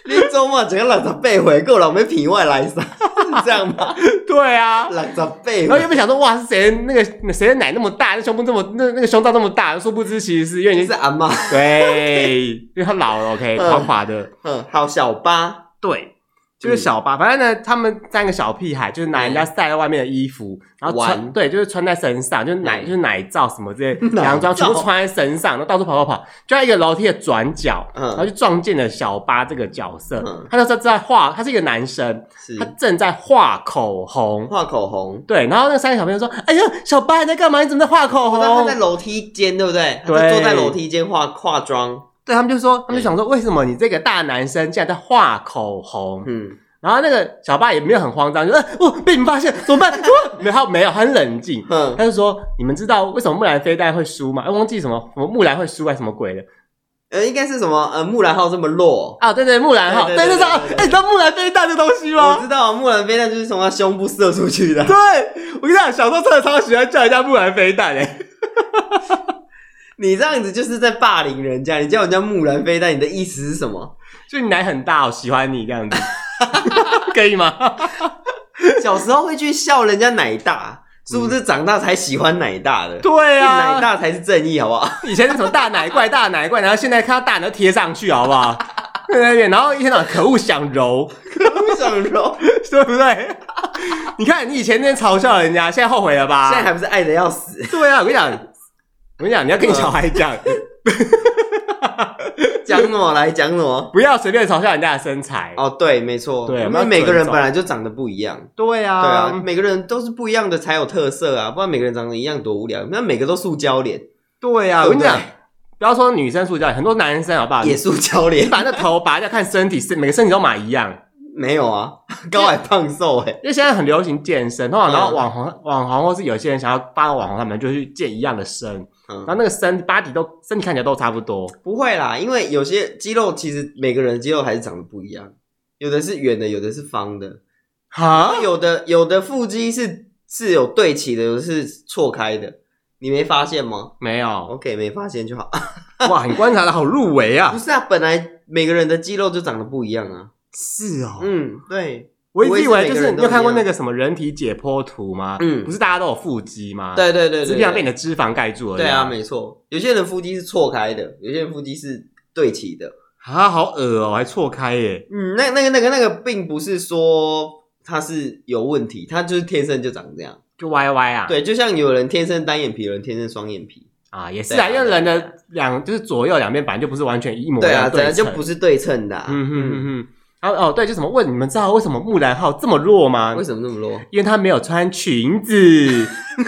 [SPEAKER 2] 你周末整个六十八回够了，我们品外来上， 是这样吗？
[SPEAKER 1] 对啊。
[SPEAKER 2] 六十八
[SPEAKER 1] 然后
[SPEAKER 2] 回
[SPEAKER 1] 原本想说，哇，是谁那个谁的奶那么大，那胸部这么那那个胸罩那么大，殊不知其实是因为
[SPEAKER 2] 你
[SPEAKER 1] 你
[SPEAKER 2] 是阿妈，
[SPEAKER 1] 对，因为他老 了，OK，
[SPEAKER 2] 嗯
[SPEAKER 1] 垮垮的，嗯
[SPEAKER 2] 嗯，好小八，
[SPEAKER 1] 对，就是小八，反正呢，他们三个小屁孩就是拿人家晒在外面的衣服，然后穿
[SPEAKER 2] 玩
[SPEAKER 1] 对，就是穿在身上，就是奶、
[SPEAKER 2] 嗯
[SPEAKER 1] 就是 奶罩什么这些
[SPEAKER 2] 奶罩
[SPEAKER 1] 洋装全部穿在身上，然后到处跑跑跑，就在一个楼梯的转角，
[SPEAKER 2] 嗯
[SPEAKER 1] 然后就撞见了小八这个角色，
[SPEAKER 2] 嗯
[SPEAKER 1] 他那时候在画，他是一个男生，
[SPEAKER 2] 是
[SPEAKER 1] 他正在画口红。
[SPEAKER 2] 画口红，
[SPEAKER 1] 对，然后那三个小朋友说：“哎呀，小八你在干嘛？你怎么在画口
[SPEAKER 2] 我知道他在
[SPEAKER 1] 红
[SPEAKER 2] 楼梯间，对不对？他就
[SPEAKER 1] 哦对
[SPEAKER 2] 坐在楼梯间化化妆，？”
[SPEAKER 1] 对他们就说，他们就想说，为什么你这个大男生竟然在画口红？
[SPEAKER 2] 嗯，
[SPEAKER 1] 然后那个小爸也没有很慌张，就说呃：“我、被你们发现怎么办？” 哇没有，他没有，他很冷静。
[SPEAKER 2] 哼，
[SPEAKER 1] 他就说：“你们知道为什么木兰飞弹会输吗？哎忘记什么什么木兰会输还是什么鬼的
[SPEAKER 2] 呃，应该是什么？呃，木兰号这么弱，
[SPEAKER 1] 啊？对对，木兰号，对
[SPEAKER 2] 对
[SPEAKER 1] 对对，
[SPEAKER 2] 对对
[SPEAKER 1] 啊
[SPEAKER 2] 对对
[SPEAKER 1] 哎，你知道木兰飞弹这东西
[SPEAKER 2] 我
[SPEAKER 1] 吗？
[SPEAKER 2] 知道木兰飞弹就是从他胸部射出去的
[SPEAKER 1] 啊对。，我跟你讲，小时候真的超喜欢叫人家木兰飞弹哎。
[SPEAKER 2] 你这样子就是在霸凌人家，你叫人家木兰飞弹，你的意思是什么？
[SPEAKER 1] 就你奶很大、哦，喜欢你这 样子，可以吗？啊
[SPEAKER 2] 小时候会去笑人家奶大，是不是长大才喜欢奶大的？
[SPEAKER 1] 对
[SPEAKER 2] 奶
[SPEAKER 1] 啊，
[SPEAKER 2] 大才是正义，好不好？
[SPEAKER 1] 以前是什么大奶怪、大奶怪，然后现在看到大奶就贴上去，好不 好？对对对，然后一天到晚可恶想揉，
[SPEAKER 2] 不想揉，
[SPEAKER 1] 对
[SPEAKER 2] 现
[SPEAKER 1] 不对？你看你以前那边嘲笑人家，现在后悔了吧？
[SPEAKER 2] 在还不是爱的要死？
[SPEAKER 1] 对啊，我跟你讲，我跟你讲，你要跟你小孩讲，
[SPEAKER 2] 讲什么来讲什么？
[SPEAKER 1] 不要随便嘲笑人家的身材。
[SPEAKER 2] 哦，对，没错，
[SPEAKER 1] 对
[SPEAKER 2] 因
[SPEAKER 1] 我
[SPEAKER 2] 为
[SPEAKER 1] 们
[SPEAKER 2] 每
[SPEAKER 1] 要
[SPEAKER 2] 个人
[SPEAKER 1] 尊重
[SPEAKER 2] 本来就长得不一样，
[SPEAKER 1] 对啊，
[SPEAKER 2] 对啊，每个人都是不一样的才有特色啊，不然每个人长得一样多无聊。那每个都塑胶脸，
[SPEAKER 1] 对啊，
[SPEAKER 2] 对
[SPEAKER 1] 我跟
[SPEAKER 2] 不
[SPEAKER 1] 你讲啊
[SPEAKER 2] 对，
[SPEAKER 1] 不要说女生塑胶，很多男生好不好？
[SPEAKER 2] 也
[SPEAKER 1] 你
[SPEAKER 2] 塑胶
[SPEAKER 1] 你
[SPEAKER 2] 脸，
[SPEAKER 1] 把那头拔掉，看身体，身每个身体都码一样。
[SPEAKER 2] 没 有啊，高矮胖瘦哎、欸
[SPEAKER 1] 因为现在很流行健身，通常
[SPEAKER 2] 嗯
[SPEAKER 1] 然后网红、网红或是有些人想要发网红，他们就去健一样的身，然后
[SPEAKER 2] 嗯，
[SPEAKER 1] 那个身 body 都身体看起来都差不多。
[SPEAKER 2] 不会啦，因为有些肌肉其实每个人肌肉还是长得不一样，有的是圆的，有的是方的，
[SPEAKER 1] 哈
[SPEAKER 2] 有的有的腹肌是是有对齐的，有的是错开的，你没发现吗
[SPEAKER 1] 没有？
[SPEAKER 2] ？OK，没发现就
[SPEAKER 1] 啊
[SPEAKER 2] 好。
[SPEAKER 1] 哇，你观察的好入围啊
[SPEAKER 2] 不！是啊，本来每个人的肌肉就长得不一样啊。
[SPEAKER 1] 是哦，
[SPEAKER 2] 嗯，对，
[SPEAKER 1] 我一直以为就
[SPEAKER 2] 我也是每个
[SPEAKER 1] 是
[SPEAKER 2] 人
[SPEAKER 1] 你
[SPEAKER 2] 都
[SPEAKER 1] 有看过
[SPEAKER 2] 一
[SPEAKER 1] 那
[SPEAKER 2] 样
[SPEAKER 1] 个什么人体解剖图吗？
[SPEAKER 2] 嗯
[SPEAKER 1] 不是大家都有腹肌吗？，
[SPEAKER 2] 对对对
[SPEAKER 1] 只是
[SPEAKER 2] 对
[SPEAKER 1] 平常被
[SPEAKER 2] 对，
[SPEAKER 1] 你的脂肪盖住而已。
[SPEAKER 2] 对啊，没错。有些人腹肌是错开的，有些人腹肌是对齐的。
[SPEAKER 1] 啊，好恶哦，还错开耶！
[SPEAKER 2] 嗯，那那个那个那个，并不是说他是有问题，他就是天生就长这样。
[SPEAKER 1] 就歪歪啊，
[SPEAKER 2] 对，就像有人天生单眼皮，有人天生双眼皮。
[SPEAKER 1] 啊，也是
[SPEAKER 2] 对
[SPEAKER 1] 啊，
[SPEAKER 2] 啊
[SPEAKER 1] 因为人的两就是左右两边本来就不是完全一模一
[SPEAKER 2] 对
[SPEAKER 1] 样
[SPEAKER 2] 啊，
[SPEAKER 1] 的
[SPEAKER 2] 本来就
[SPEAKER 1] 称
[SPEAKER 2] 不是对称的、啊。
[SPEAKER 1] 嗯哼哼哼，然后哦对，就什么问你们知道为什么木兰号这么弱吗？
[SPEAKER 2] 为什么那么弱？
[SPEAKER 1] 因为她没有穿裙 子，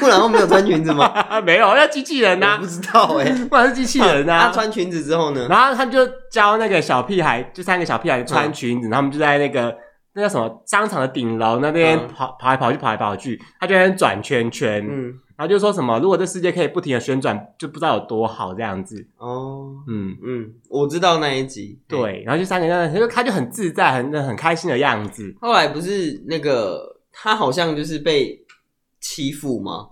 [SPEAKER 2] 木兰后没有穿裙子吗？
[SPEAKER 1] 没有，那机器 人呐、啊
[SPEAKER 2] 我不知道哎、
[SPEAKER 1] 木兰是机器人呐、啊
[SPEAKER 2] 他穿裙子之嗯后呢？
[SPEAKER 1] 然后他就教那个小屁孩，就三个小屁孩穿裙子，然后他们就在那个那叫什么商场的顶楼那边
[SPEAKER 2] 嗯
[SPEAKER 1] 跑、跑来跑去，跑来跑去，他就在那边转圈圈，
[SPEAKER 2] 嗯，
[SPEAKER 1] 然后就说什么如果这世界可以不停的旋转，就不知道有多好这样子，
[SPEAKER 2] 哦，
[SPEAKER 1] 嗯。
[SPEAKER 2] 嗯，我知道那一集。
[SPEAKER 1] 对，然后就三个人，他就他就很自在，很很开心的样子。
[SPEAKER 2] 后来不是那个他好像就是被欺负吗？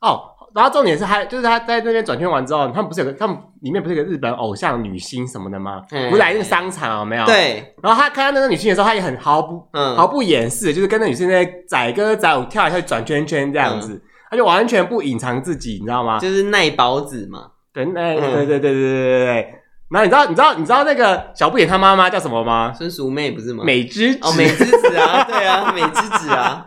[SPEAKER 1] 哦，然后重点是还就是他在那边转圈完之后，他们不是有个他们里面不是有个日本偶像女星什么的吗？
[SPEAKER 2] 嗯
[SPEAKER 1] 不是来那个商场有没有？。
[SPEAKER 2] 对，
[SPEAKER 1] 然后他看到那个女星的时候，他也很毫不、
[SPEAKER 2] 嗯，
[SPEAKER 1] 毫，不掩饰，就是跟那女生在载歌载舞、跳来跳去、转圈圈这样子，他就完全不隐藏自己，你知道吗？
[SPEAKER 2] 嗯就是奈保子嘛，
[SPEAKER 1] 对，那、
[SPEAKER 2] 嗯
[SPEAKER 1] 对对对对对对对。然后你知道你知道你知道那个小不点他妈妈叫什么吗？
[SPEAKER 2] 孙淑妹不是吗？
[SPEAKER 1] 美之子，
[SPEAKER 2] 哦，美之子啊， 对啊，美之子啊，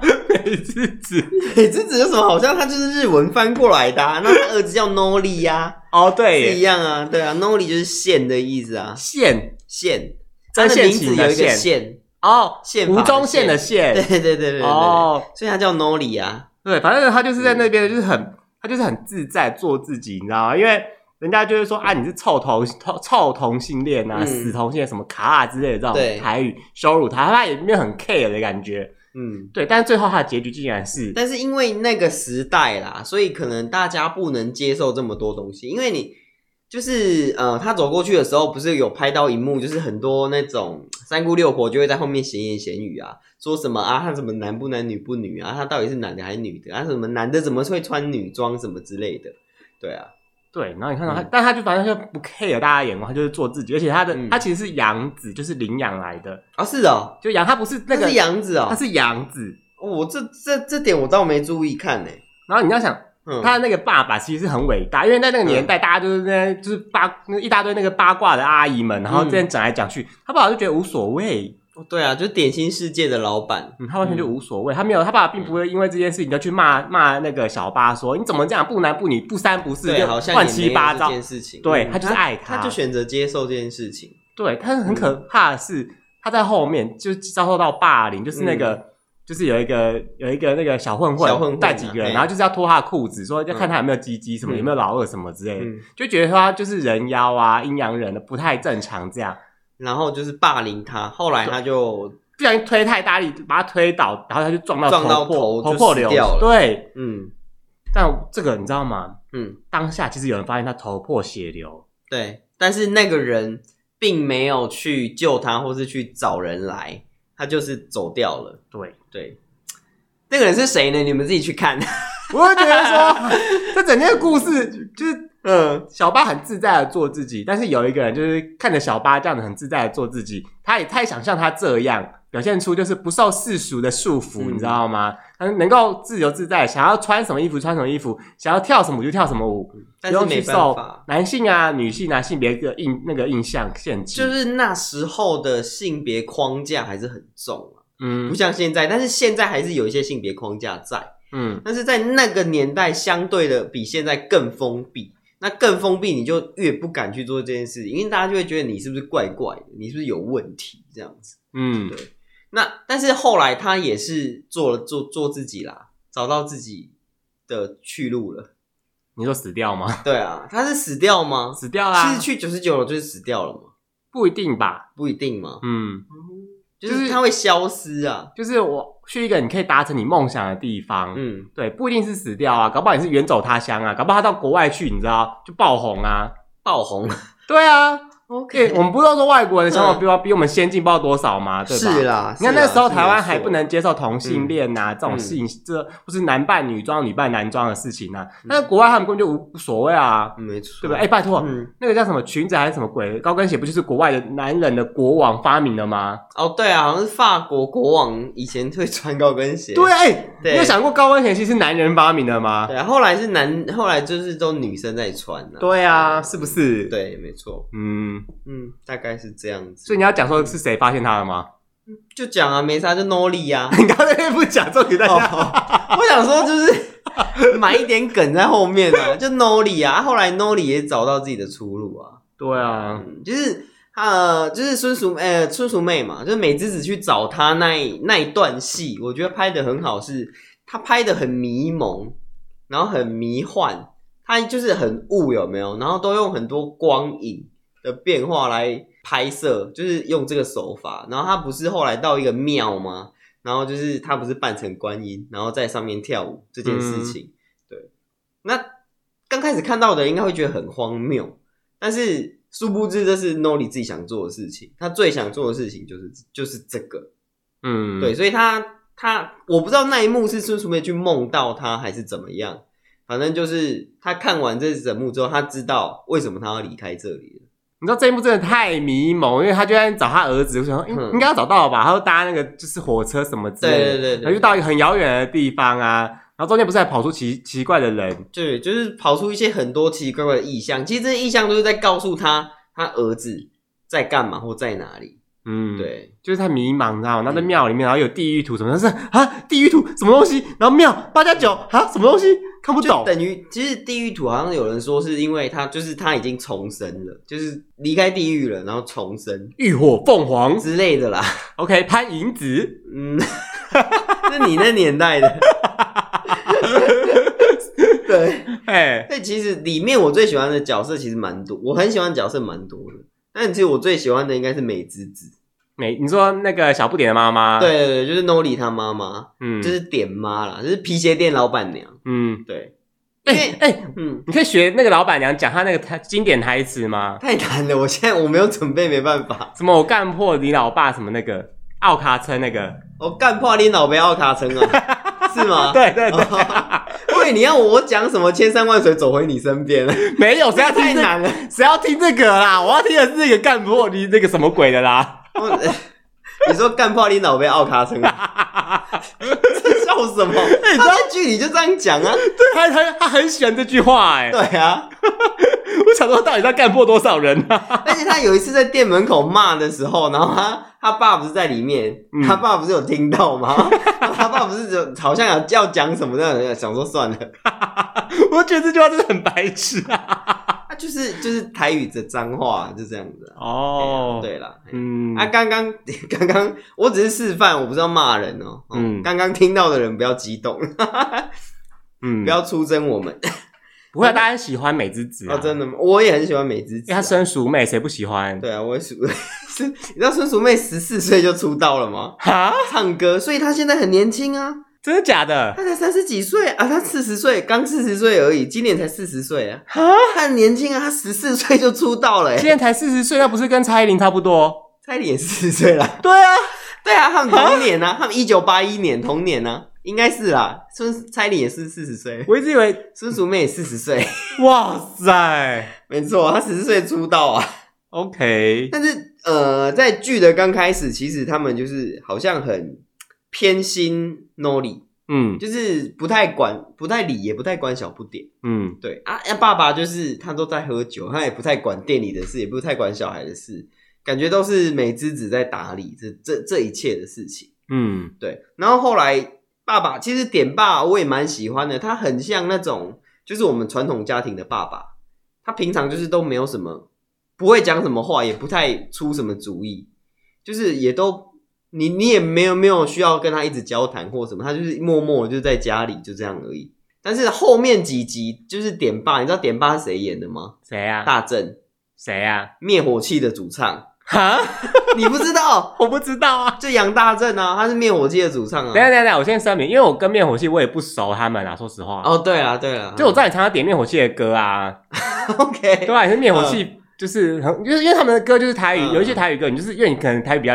[SPEAKER 1] 美之子。
[SPEAKER 2] 美之子有什么好像？他就是日文翻过来的、啊，那他儿子叫 Noli 呀、
[SPEAKER 1] 哦，
[SPEAKER 2] 啊，
[SPEAKER 1] 对
[SPEAKER 2] 是一
[SPEAKER 1] 耶，
[SPEAKER 2] 样啊，对啊，Noli 就是线的意思啊，
[SPEAKER 1] 线
[SPEAKER 2] 线，他
[SPEAKER 1] 真
[SPEAKER 2] 的
[SPEAKER 1] 线
[SPEAKER 2] 名字
[SPEAKER 1] 情
[SPEAKER 2] 有一个
[SPEAKER 1] 线
[SPEAKER 2] 线，
[SPEAKER 1] 哦，
[SPEAKER 2] 宪法
[SPEAKER 1] 吴
[SPEAKER 2] 的
[SPEAKER 1] 宗宪的
[SPEAKER 2] 对
[SPEAKER 1] 宪
[SPEAKER 2] 对对对对对，
[SPEAKER 1] 哦，
[SPEAKER 2] 所以他叫 Noli 啊，
[SPEAKER 1] 对，反正他就是在
[SPEAKER 2] 嗯
[SPEAKER 1] 那边，就是很他就是很自在做自己，你知道吗？因为人家就会说啊，你是臭同臭臭同性恋啊，
[SPEAKER 2] 嗯
[SPEAKER 1] 死同性恋什么卡啊之类的这
[SPEAKER 2] 对
[SPEAKER 1] 种台语羞辱他，他也没有很 care 的感觉。
[SPEAKER 2] 嗯。
[SPEAKER 1] 对，但是最后他的结局竟然是
[SPEAKER 2] 但是因为那个时代啦，所以可能大家不能接受这么多东西，因为你就是呃，他走过去的时候，不是有拍到一幕，就是很多那种三姑六婆就会在后面闲言闲语啊，说什么啊，他怎么男不男女不女啊，他到底是男的还是女的啊，什么男的怎么会穿女装什么之类的，对啊，
[SPEAKER 1] 对，然后你看到他，
[SPEAKER 2] 嗯
[SPEAKER 1] 但他就反正就不 care 大家眼光，他就是做自己，而且他的、
[SPEAKER 2] 嗯
[SPEAKER 1] 他其实是养子，就是领养来的，
[SPEAKER 2] 啊是哦，
[SPEAKER 1] 就养他不是那
[SPEAKER 2] 那
[SPEAKER 1] 个
[SPEAKER 2] 是杨子哦，
[SPEAKER 1] 他是养子，
[SPEAKER 2] 哦我这这这点我倒没注意看呢、
[SPEAKER 1] 然后你要想。
[SPEAKER 2] 嗯，
[SPEAKER 1] 他的那个爸爸其实是很伟大，因为在那个年代，大家就是那就是八那一大堆那个八卦的阿姨
[SPEAKER 2] 嗯
[SPEAKER 1] 们，然后这样讲来讲去，他爸爸就觉得无所谓，
[SPEAKER 2] 哦对啊，就是点心世界的老板，
[SPEAKER 1] 嗯，他完全就无所谓，他没有，他爸爸并不会因为这件事情就去骂骂那个小八说你怎么这样不男不女不三不四，
[SPEAKER 2] 对，
[SPEAKER 1] 就
[SPEAKER 2] 好像也
[SPEAKER 1] 乱
[SPEAKER 2] 没
[SPEAKER 1] 七
[SPEAKER 2] 有
[SPEAKER 1] 八
[SPEAKER 2] 这
[SPEAKER 1] 糟，
[SPEAKER 2] 件事情，
[SPEAKER 1] 对
[SPEAKER 2] 嗯
[SPEAKER 1] 他就是爱
[SPEAKER 2] 他就选择接受这件事情。
[SPEAKER 1] 对，但是很可怕的是，他在后面就遭受到霸凌，就是那个、就是有一个有一个那个小混混
[SPEAKER 2] 嗯小混混啊
[SPEAKER 1] 带几个人，
[SPEAKER 2] 嘿
[SPEAKER 1] 然后就是要脱他的裤子，说要看他有没有鸡鸡什么，
[SPEAKER 2] 嗯
[SPEAKER 1] 有没有老二什么之类的，
[SPEAKER 2] 嗯，
[SPEAKER 1] 就觉得说他就是人妖啊、阴阳人的不太正常，这样
[SPEAKER 2] 然后就是霸凌他，后来他就
[SPEAKER 1] 不小心推太大力，把他推倒，然后他就撞到
[SPEAKER 2] 撞到
[SPEAKER 1] 破
[SPEAKER 2] 头
[SPEAKER 1] 头
[SPEAKER 2] 就
[SPEAKER 1] 破
[SPEAKER 2] 死
[SPEAKER 1] 流
[SPEAKER 2] 掉
[SPEAKER 1] 血
[SPEAKER 2] 了
[SPEAKER 1] 对，
[SPEAKER 2] 嗯
[SPEAKER 1] 但这个你知道吗？
[SPEAKER 2] 嗯
[SPEAKER 1] 当下其实有人发现他头破血流，
[SPEAKER 2] 对，但是那个人并没有去救他，或是去找人来，他就是走掉了。
[SPEAKER 1] 对，
[SPEAKER 2] 对，那个人是谁呢？你们自己去看。
[SPEAKER 1] 我就觉得说这整件故事就是。呃
[SPEAKER 2] 嗯，
[SPEAKER 1] 小巴很自在的做自己，但是有一个人就是看着小巴这样子很自在的做自己，他也太想像他这样表现出就是不受世俗的束缚，
[SPEAKER 2] 嗯
[SPEAKER 1] 你知道吗？他能够自由自在，想要穿什么衣服穿什么衣服，想要跳什么舞就跳什么舞，
[SPEAKER 2] 但
[SPEAKER 1] 不
[SPEAKER 2] 是
[SPEAKER 1] 用去
[SPEAKER 2] 没办
[SPEAKER 1] 受
[SPEAKER 2] 法，
[SPEAKER 1] 男性啊、女性啊性别的印那个印象限制。
[SPEAKER 2] 就是那时候的性别框架还是很重啊，
[SPEAKER 1] 嗯
[SPEAKER 2] 不像现在，但是现在还是有一些性别框架在，
[SPEAKER 1] 嗯，
[SPEAKER 2] 但是在那个年代相对的比现在更封闭。那更封闭，你就越不敢去做这件事情，因为大家就会觉得你是不是怪怪的，你是不是有问题这样子。
[SPEAKER 1] 嗯，
[SPEAKER 2] 那但是后来他也是做了做做自己啦，找到自己的去路了。
[SPEAKER 1] 你说死掉吗？
[SPEAKER 2] 对啊，他是死掉吗？
[SPEAKER 1] 死掉啦
[SPEAKER 2] 其实，去九十九楼就是死掉了嘛，
[SPEAKER 1] 不一定吧？
[SPEAKER 2] 不一定嘛，
[SPEAKER 1] 嗯，
[SPEAKER 2] 就
[SPEAKER 1] 就是
[SPEAKER 2] 是他会消失啊。
[SPEAKER 1] 就是我去一个你可以达成你梦想的地方，
[SPEAKER 2] 嗯，
[SPEAKER 1] 对，不一定是死掉啊，搞不好你是远走他乡啊，搞不好他到国外去，你知道就爆红啊。
[SPEAKER 2] 爆红。
[SPEAKER 1] 对 啊， 对、
[SPEAKER 2] OK，
[SPEAKER 1] 我们不是都说外国人的想法
[SPEAKER 2] 嗯
[SPEAKER 1] 比我比我们先进，不知道多少吗？对吧？
[SPEAKER 2] 是啦。
[SPEAKER 1] 你看
[SPEAKER 2] 是啦
[SPEAKER 1] 那时候
[SPEAKER 2] 是
[SPEAKER 1] 台
[SPEAKER 2] 没
[SPEAKER 1] 湾
[SPEAKER 2] 错
[SPEAKER 1] 还不能接受同性恋呐、这种
[SPEAKER 2] 嗯
[SPEAKER 1] 性这或是男扮女装、女扮男装的事情啊，但是国外他们根本就无无所谓啊，
[SPEAKER 2] 嗯没错，
[SPEAKER 1] 对吧？哎、拜托，
[SPEAKER 2] 嗯，
[SPEAKER 1] 那个叫什么裙子还是什么鬼高跟鞋，不就是国外的男人的国王发明的吗？
[SPEAKER 2] 哦，对啊，好像是法国国王以前会穿高跟鞋，
[SPEAKER 1] 对，哎、
[SPEAKER 2] 对
[SPEAKER 1] 你有想过高跟鞋其实是男人发明的吗？
[SPEAKER 2] 对啊，后来是男，后来就是都女生在穿啊。
[SPEAKER 1] 对啊，是不是？，
[SPEAKER 2] 对，没错，
[SPEAKER 1] 嗯，
[SPEAKER 2] 嗯，大概是这样子。
[SPEAKER 1] 所以你要讲说是谁发现他的吗？
[SPEAKER 2] 就讲啊，没啥，就 Nolly 呀、啊。
[SPEAKER 1] 你刚才不讲重点在哪？
[SPEAKER 2] 哦，我想说就是 埋一点梗在后面啊，就 Nolly 啊，后来 Nolly 也找到自己的出路啊，
[SPEAKER 1] 对啊，
[SPEAKER 2] 嗯，就是呃，就是孙淑呃孙淑妹嘛，就是美智子去找她那一那一段戏，我觉得拍的很好是，她拍的很迷蒙，然后很迷幻，她就是很雾有没有？然后都用很多光影的变化来拍摄，就是用这个手法。然后她不是后来到一个庙吗？然后就是她不是扮成观音，然后在上面跳舞这件事情，对，那刚开始看到的应该会觉得很荒谬。但是殊不知这是 Nolly 自己想做的事情，他最想做的事情就是就是这个，
[SPEAKER 1] 嗯，
[SPEAKER 2] 对，，所以他他我不知道那一幕是孙淑妹去梦到他还是怎么样，反正就是他看完这整幕之后，他知道为什么他要离开这里了。
[SPEAKER 1] 你知道这一幕真的太迷蒙，因为他就在找他儿子，我想说应
[SPEAKER 2] 嗯
[SPEAKER 1] 应该要找到吧，他就搭那个就是火车什么之类
[SPEAKER 2] 对
[SPEAKER 1] 的，
[SPEAKER 2] 对对
[SPEAKER 1] 然后就
[SPEAKER 2] 对，
[SPEAKER 1] 到一个很遥远的地方啊，然后中间不是还跑出奇奇怪的人，
[SPEAKER 2] 对，就是跑出一些很多奇奇怪怪的意象，其实这些意象都是在告诉他他儿子在干嘛或在哪里。
[SPEAKER 1] 嗯，，
[SPEAKER 2] 对，嗯
[SPEAKER 1] 就是他迷茫，你知道吗？然后在庙里面，然后有地狱图什么，他是啊，地狱图什么东西，然后庙八加九啊，什么东西看不
[SPEAKER 2] 就
[SPEAKER 1] 懂，
[SPEAKER 2] 等于，其实地狱土好像有人说是因为他就是他已经重生了，就是离开地狱了，然后重生
[SPEAKER 1] 浴火凤凰
[SPEAKER 2] 之类的啦。
[SPEAKER 1] ，OK，潘迎紫，
[SPEAKER 2] 嗯， 是你那年代的。 对，
[SPEAKER 1] 哎，
[SPEAKER 2] 所以其实里面我最喜欢的角色其实蛮多，我很喜欢角色蛮多的，但其实我最喜欢的应该是美之子。
[SPEAKER 1] 美，你说那个小不点的妈妈，，
[SPEAKER 2] 对对对，就是 Noli 他妈妈，
[SPEAKER 1] 啊嗯，
[SPEAKER 2] 就是点妈啦，就是皮鞋店老板娘。
[SPEAKER 1] 嗯，
[SPEAKER 2] 对，因
[SPEAKER 1] 哎、
[SPEAKER 2] 为
[SPEAKER 1] 哎、
[SPEAKER 2] 嗯，
[SPEAKER 1] 你可以学那个老板娘讲她那个台经典台词吗？
[SPEAKER 2] 太难了，我现在我没有准备，没办法。
[SPEAKER 1] 什么我干破你老爸什么那个奥卡车那 个，
[SPEAKER 2] 我哦干破你脑杯奥卡城啊， 是吗？哦
[SPEAKER 1] 对对对，
[SPEAKER 2] 喂，你要我讲什么千山万水走回你身边？
[SPEAKER 1] 没有谁要听
[SPEAKER 2] 太
[SPEAKER 1] 这
[SPEAKER 2] 难了。
[SPEAKER 1] 谁要听这个啦？我要听的是那个干破你那个什么鬼的啦。
[SPEAKER 2] 我 你说干破你脑杯奥卡城啊，这笑什么？
[SPEAKER 1] 哎
[SPEAKER 2] 他在剧里就这样讲啊，
[SPEAKER 1] 对，他他他很喜欢这句话哎、
[SPEAKER 2] 对啊，
[SPEAKER 1] 我想说到底在干破多少人啊？
[SPEAKER 2] 而且他有一次在店门口骂的时候，然后他他爸不是在里面，
[SPEAKER 1] 嗯
[SPEAKER 2] 他爸不是有听到吗？ 他爸不是就好像要要讲什么的，想说算了，
[SPEAKER 1] 我觉得这句话真的很白痴啊。
[SPEAKER 2] 他就是就是台语的脏话，就这样子啊。
[SPEAKER 1] 哦，，
[SPEAKER 2] 对啦，嘿
[SPEAKER 1] 嗯，
[SPEAKER 2] 啊，刚刚刚刚我只是示范，我不是要骂人哦。嗯，
[SPEAKER 1] 嗯
[SPEAKER 2] 刚刚听到的人不要激动，
[SPEAKER 1] 嗯，
[SPEAKER 2] 不要出征我们。
[SPEAKER 1] 不会啊，大家喜欢美之子啊，
[SPEAKER 2] 哦，真
[SPEAKER 1] 的，
[SPEAKER 2] 的吗？我也很喜欢美之子
[SPEAKER 1] 因为
[SPEAKER 2] 啊、
[SPEAKER 1] 她生熟妹，谁不喜欢？
[SPEAKER 2] 对啊，我也是。是， 你知道孙淑妹十四岁就出道了吗？
[SPEAKER 1] 哈，
[SPEAKER 2] 唱歌，所以她现在很年轻啊，
[SPEAKER 1] 真的假的？
[SPEAKER 2] 她才三十几岁啊，她四十岁，刚四十岁而已，今年才四十岁啊，
[SPEAKER 1] 哈，
[SPEAKER 2] 她很年轻啊，她十四岁就出道了、
[SPEAKER 1] 今
[SPEAKER 2] 欸，
[SPEAKER 1] 年才四十岁，那不是跟蔡依林差不多？
[SPEAKER 2] 蔡依林四十岁啦，
[SPEAKER 1] 对啊，
[SPEAKER 2] 对啊，他们同年啊，他们一九八一年同年啊，应该是啦，孙蔡依林也是四十岁，
[SPEAKER 1] 我一直以为，
[SPEAKER 2] 孙淑妹也四十岁，
[SPEAKER 1] 哇塞
[SPEAKER 2] 没错，她十四岁出道啊，
[SPEAKER 1] ，OK，
[SPEAKER 2] 但是呃，在剧的刚开始，其实他们就是好像很偏心 Nori，
[SPEAKER 1] 嗯
[SPEAKER 2] 就是不太管、不太理，也不太管小不点。
[SPEAKER 1] 嗯
[SPEAKER 2] 对啊，啊爸爸就是他都在喝酒，他也不太管店里的事，也不太管小孩的事，感觉都是美之子在打理这这这一切的事情。
[SPEAKER 1] 嗯，
[SPEAKER 2] 对，然后后来爸爸其实点爸我也蛮喜欢的，他很像那种就是我们传统家庭的爸爸，他平常就是都没有什么不会讲什么话，也不太出什么主意，就是也都你你也没有没有需要跟他一直交谈或什么，他就是默默地就在家里就这样而已。但是后面几集就是点爸，你知道点爸是谁演的吗？
[SPEAKER 1] 谁啊？
[SPEAKER 2] 大正
[SPEAKER 1] 谁啊？
[SPEAKER 2] 灭火器的主唱，
[SPEAKER 1] 哈，
[SPEAKER 2] 你不知道？
[SPEAKER 1] 我不知道啊。
[SPEAKER 2] 就杨大正啊，他是灭火器的主唱啊。
[SPEAKER 1] 等一下等一下等一下，我先声明，因为我跟灭火器我也不熟他们啊，说实话，
[SPEAKER 2] 哦，对了对了，
[SPEAKER 1] 就我知道你常常点灭火器的歌啊，
[SPEAKER 2] OK，
[SPEAKER 1] 对吧？啊你是灭火器，就是很就是因为他们的歌就是台语，
[SPEAKER 2] 嗯
[SPEAKER 1] 有一些台语歌，你就是因为你可能台语比较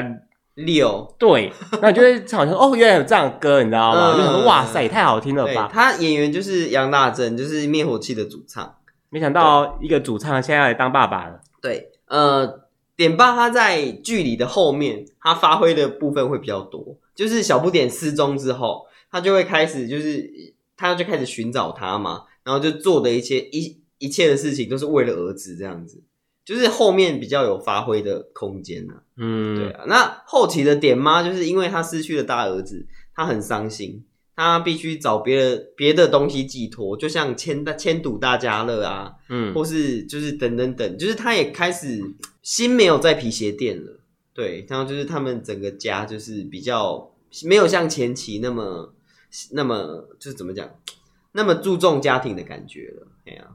[SPEAKER 2] 六，
[SPEAKER 1] 对，那你就会好像哦，原来有这样的歌，你知道吗？
[SPEAKER 2] 嗯
[SPEAKER 1] 就想说哇塞，也太好听了
[SPEAKER 2] 对
[SPEAKER 1] 吧！
[SPEAKER 2] 他演员就是杨大正，就是灭火器的主唱。
[SPEAKER 1] 没想到一个主唱现在来当爸爸了，
[SPEAKER 2] 对，呃，点爸他在剧里的后面，他发挥的部分会比较多。就是小不点失踪之后，他就会开始就是他就开始寻找他嘛，然后就做的一些一一切的事情都是为了儿子这样子，就是后面比较有发挥的空间啊。对
[SPEAKER 1] 嗯，
[SPEAKER 2] 啊，那后期的点妈就是因为她失去了大儿子，她很伤心，她必须找别的别的东西寄托，就像千大千赌大家乐啊，
[SPEAKER 1] 嗯
[SPEAKER 2] 或是就是等等等，就是她也开始心没有在皮鞋店了。对，然后就是他们整个家就是比较没有像前期那么那么就是怎么讲，那么注重家庭的感觉了。哎呀、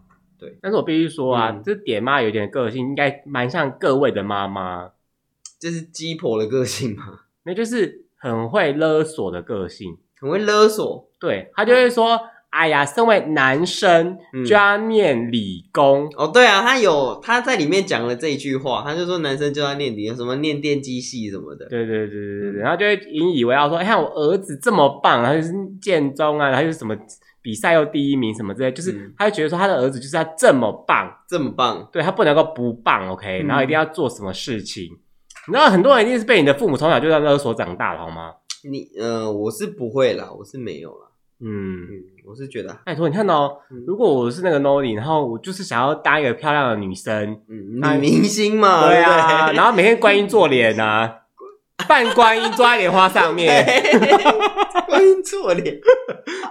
[SPEAKER 1] 但是我必须说啊，
[SPEAKER 2] 嗯
[SPEAKER 1] 这点妈有点个性，应该蛮像各位的妈妈，
[SPEAKER 2] 这是鸡婆的个性嘛，
[SPEAKER 1] 那就是很会勒索的个性。
[SPEAKER 2] 很会勒索。
[SPEAKER 1] 对他就会说：“哎呀，身为男生
[SPEAKER 2] 嗯
[SPEAKER 1] 就要念理工，
[SPEAKER 2] 哦，对啊，他有他在里面讲了这一句话，他就说男生就要念理，什么念电机系什么的。
[SPEAKER 1] 对对对对对
[SPEAKER 2] 嗯
[SPEAKER 1] 对，然后就会引以为傲说：“哎，看我儿子这么棒，然后就是建中啊，然后就是什么比赛又第一名什么之类，就
[SPEAKER 2] 嗯
[SPEAKER 1] 是他就觉得说他的儿子就是要这么棒，
[SPEAKER 2] 这么棒，
[SPEAKER 1] 对他不能够不棒，OK，
[SPEAKER 2] 嗯
[SPEAKER 1] 然后一定要做什么事情。”你知道很多人一定是被你的父母从小就在勒索长大的，好吗？
[SPEAKER 2] 你呃，我是不会啦，我是没有啦，
[SPEAKER 1] 嗯，
[SPEAKER 2] 嗯，我是觉得，
[SPEAKER 1] 拜托，你看哦
[SPEAKER 2] 嗯，
[SPEAKER 1] 如果我是那个 Noli，然后我就是想要当一个漂亮的女生，
[SPEAKER 2] 嗯，
[SPEAKER 1] 哎
[SPEAKER 2] 女明星嘛，
[SPEAKER 1] 对
[SPEAKER 2] 不
[SPEAKER 1] 啊，
[SPEAKER 2] 对
[SPEAKER 1] 然 后每天观音做脸啊，扮观音抓在莲花上 面。
[SPEAKER 2] 观音 坐脸，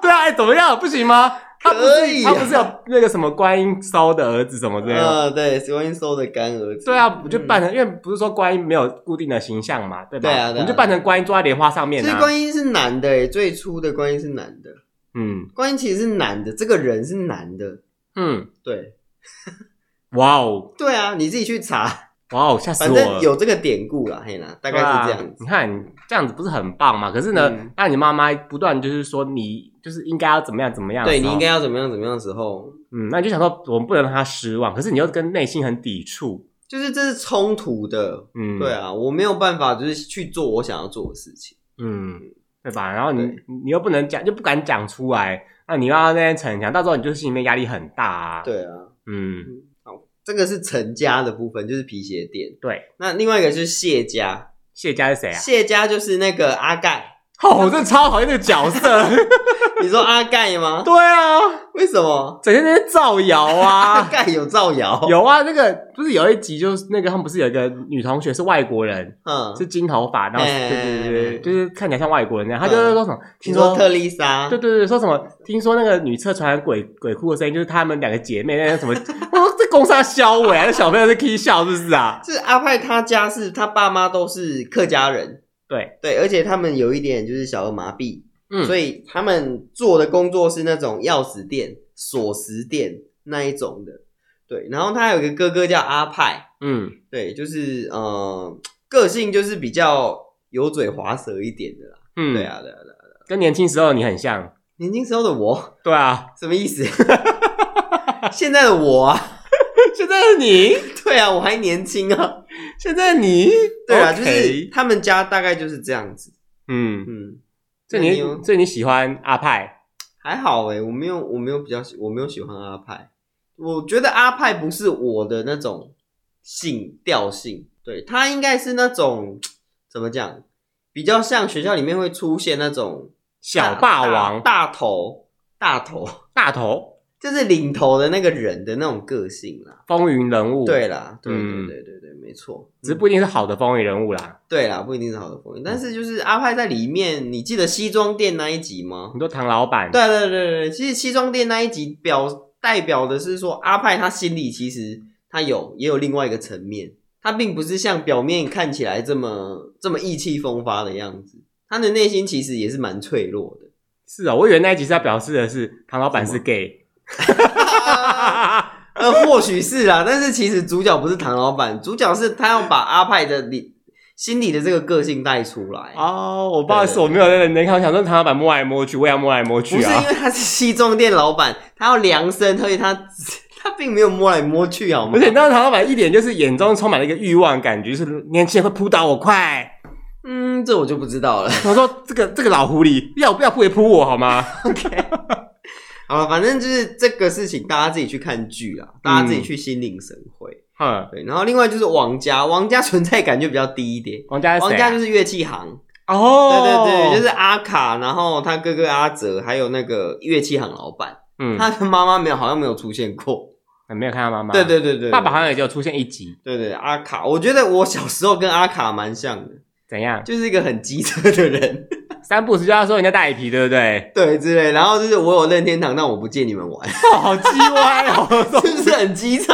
[SPEAKER 1] 对啊，哎怎么样？不行吗？他不
[SPEAKER 2] 可以
[SPEAKER 1] 是他
[SPEAKER 2] 啊
[SPEAKER 1] 不是有那个什么观音收的儿子什么之类的？
[SPEAKER 2] 呃，对，观音收的干儿子，
[SPEAKER 1] 对啊，我就扮
[SPEAKER 2] 嗯，
[SPEAKER 1] 成，因为不是说观音没有固定的形象嘛，对吧？
[SPEAKER 2] 对啊对啊
[SPEAKER 1] 我们就扮成观音抓在莲花上面
[SPEAKER 2] 所以
[SPEAKER 1] 啊。
[SPEAKER 2] 观音是男的诶，最初的观音是男的，
[SPEAKER 1] 嗯
[SPEAKER 2] 观音其实是男的，这个人是男的，
[SPEAKER 1] 嗯，
[SPEAKER 2] 对，
[SPEAKER 1] 哇哦
[SPEAKER 2] 对啊，你自己去查，
[SPEAKER 1] 哇哦，吓死
[SPEAKER 2] 反
[SPEAKER 1] 我
[SPEAKER 2] 正
[SPEAKER 1] 了。
[SPEAKER 2] 有这个典故啦，嘿啦，大概是这
[SPEAKER 1] 对啊
[SPEAKER 2] 样子，
[SPEAKER 1] 你看这样子不是很棒吗？可是呢
[SPEAKER 2] 嗯，
[SPEAKER 1] 那你妈妈不断就是说你就是应该要怎么样怎么样的
[SPEAKER 2] 对
[SPEAKER 1] 时候，
[SPEAKER 2] 你应该要怎么样怎么样的时候，
[SPEAKER 1] 嗯，那你就想说我们不能让她失望，可是你又跟内心很抵触。
[SPEAKER 2] 就是这是冲突的，
[SPEAKER 1] 嗯，
[SPEAKER 2] 对啊，我没有办法就是去做我想要做的事情，
[SPEAKER 1] 嗯，对吧？然后你
[SPEAKER 2] 对
[SPEAKER 1] 你又不能讲，就不敢讲出来，那你又要在那边逞强，到时候你就心里面压力很大啊。，
[SPEAKER 2] 对啊，
[SPEAKER 1] 嗯，
[SPEAKER 2] 这个是陈家的部分，就是皮鞋店。
[SPEAKER 1] 对。
[SPEAKER 2] 那另外一个就是谢家，
[SPEAKER 1] 谢家是谁啊？
[SPEAKER 2] 谢家就是那个阿盖，
[SPEAKER 1] 哦，我真的超讨厌这个角色。
[SPEAKER 2] 你说阿盖吗？
[SPEAKER 1] 对啊，
[SPEAKER 2] 为什么？
[SPEAKER 1] 整天在那边造谣
[SPEAKER 2] 阿
[SPEAKER 1] 啊。
[SPEAKER 2] 盖有造谣？，
[SPEAKER 1] 有啊，那个不是有一集就是那个他们不是有一个女同学是外国人，
[SPEAKER 2] 嗯，
[SPEAKER 1] 是金头发，然后
[SPEAKER 2] 哎嗯
[SPEAKER 1] 对对对对，就是看起来像外国人那样，他就是说什么，
[SPEAKER 2] 听
[SPEAKER 1] 听
[SPEAKER 2] 说
[SPEAKER 1] 说
[SPEAKER 2] 特丽莎
[SPEAKER 1] 对，对对，说什么？听说那个女厕传来鬼鬼哭的声音，就是她们两个姐妹那个什么， 我说这公杀肖伟啊，这小朋友在 K 笑是不是啊？
[SPEAKER 2] 是阿派他家是他爸妈都是客家人，
[SPEAKER 1] 对
[SPEAKER 2] 对，而且他们有一点就是小儿麻痹，
[SPEAKER 1] 嗯
[SPEAKER 2] 所以他们做的工作是那种钥匙店、锁匙店那一种的，对。然后他有一个哥哥叫阿派，
[SPEAKER 1] 嗯，
[SPEAKER 2] 对，就是呃，个性就是比较油嘴滑舌一点的啦。
[SPEAKER 1] 嗯
[SPEAKER 2] 对，啊，对啊，对啊。
[SPEAKER 1] 跟年轻时候你很像。
[SPEAKER 2] 年轻时候的我
[SPEAKER 1] 对啊，
[SPEAKER 2] 什么意思？ 现在的我啊，
[SPEAKER 1] 现在的你，
[SPEAKER 2] 对啊，我还年轻啊。
[SPEAKER 1] 现在的你，
[SPEAKER 2] 对啊
[SPEAKER 1] OK
[SPEAKER 2] 就是他们家大概就是这样子。
[SPEAKER 1] 嗯，
[SPEAKER 2] 嗯，
[SPEAKER 1] 所以
[SPEAKER 2] 那
[SPEAKER 1] 你
[SPEAKER 2] 有
[SPEAKER 1] 所以你喜欢阿派，
[SPEAKER 2] 还好诶、我没有，我没有比较喜，我没有喜欢阿派。我觉得阿派不是我的那种性调性，对他应该是那种怎么讲，比较像学校里面会出现那种
[SPEAKER 1] 小
[SPEAKER 2] 大
[SPEAKER 1] 霸王
[SPEAKER 2] 大大头、大头，
[SPEAKER 1] 大头
[SPEAKER 2] 就是领头的那个人的那种个性啦。
[SPEAKER 1] 风云人物，
[SPEAKER 2] 对，啦，对对
[SPEAKER 1] 嗯
[SPEAKER 2] 对对对，没错。
[SPEAKER 1] 只是不一定是好的风云人物啦。
[SPEAKER 2] 对啦，不一定是好的风云，但是就是阿派在里面，你记得西装店那一集吗？
[SPEAKER 1] 你说唐老板，
[SPEAKER 2] 对啊对对对对，其实西装店那一集表代表的是说，阿派他心里其实他有也有另外一个层面，他并不是像表面看起来这么这么意气风发的样子，他的内心其实也是蛮脆弱的。
[SPEAKER 1] 是哦，我以为那一集是要表示的是唐老板是 gay，
[SPEAKER 2] 呃，或许是啦、但是其实主角不是唐老板，主角是他要把阿派的里心里的这个个性带出来。
[SPEAKER 1] 哦，我不好意思，
[SPEAKER 2] 对
[SPEAKER 1] 我没有认真看，我想说唐老板摸来摸去，我也要摸来摸
[SPEAKER 2] 不
[SPEAKER 1] 去
[SPEAKER 2] 是因
[SPEAKER 1] 啊。
[SPEAKER 2] 为他是西装店老板，他要量身，所以他 他并没有摸来摸去，好吗
[SPEAKER 1] 而？且当时唐老板一脸就是眼中充满了一个欲望，感觉就是年轻人会扑倒我，快！
[SPEAKER 2] 嗯，这我就不知道了。
[SPEAKER 1] 我说这个这个老狐狸要不要不也扑我好吗？
[SPEAKER 2] 好了，反正就是这个事情，大家自己去看剧啦，
[SPEAKER 1] 嗯
[SPEAKER 2] 大家自己去心领神会。
[SPEAKER 1] 哼，
[SPEAKER 2] 对，然后另外就是王家， 王家存在感就比较低一点。
[SPEAKER 1] 王家是
[SPEAKER 2] 王
[SPEAKER 1] 谁、
[SPEAKER 2] 家
[SPEAKER 1] 啊？
[SPEAKER 2] 就是乐器行，对
[SPEAKER 1] 哦，
[SPEAKER 2] 对对，就是阿卡，然后他哥哥阿哲，还有那个乐器行老板，
[SPEAKER 1] 嗯，
[SPEAKER 2] 他的妈妈没有，好像没有出现过。
[SPEAKER 1] 没有看到妈妈。
[SPEAKER 2] 对对对对，
[SPEAKER 1] 爸爸好像也就出现一集，
[SPEAKER 2] 对对阿卡，我觉得我小时候跟阿卡蛮像的，
[SPEAKER 1] 怎样？
[SPEAKER 2] 就是一个很机车的人，
[SPEAKER 1] 三不时就要说人家大眼皮，对不对？
[SPEAKER 2] 对之类。然后就是我有任天堂，但我不借你们玩，
[SPEAKER 1] 哦好鸡歪 哦！
[SPEAKER 2] 是不是很机车？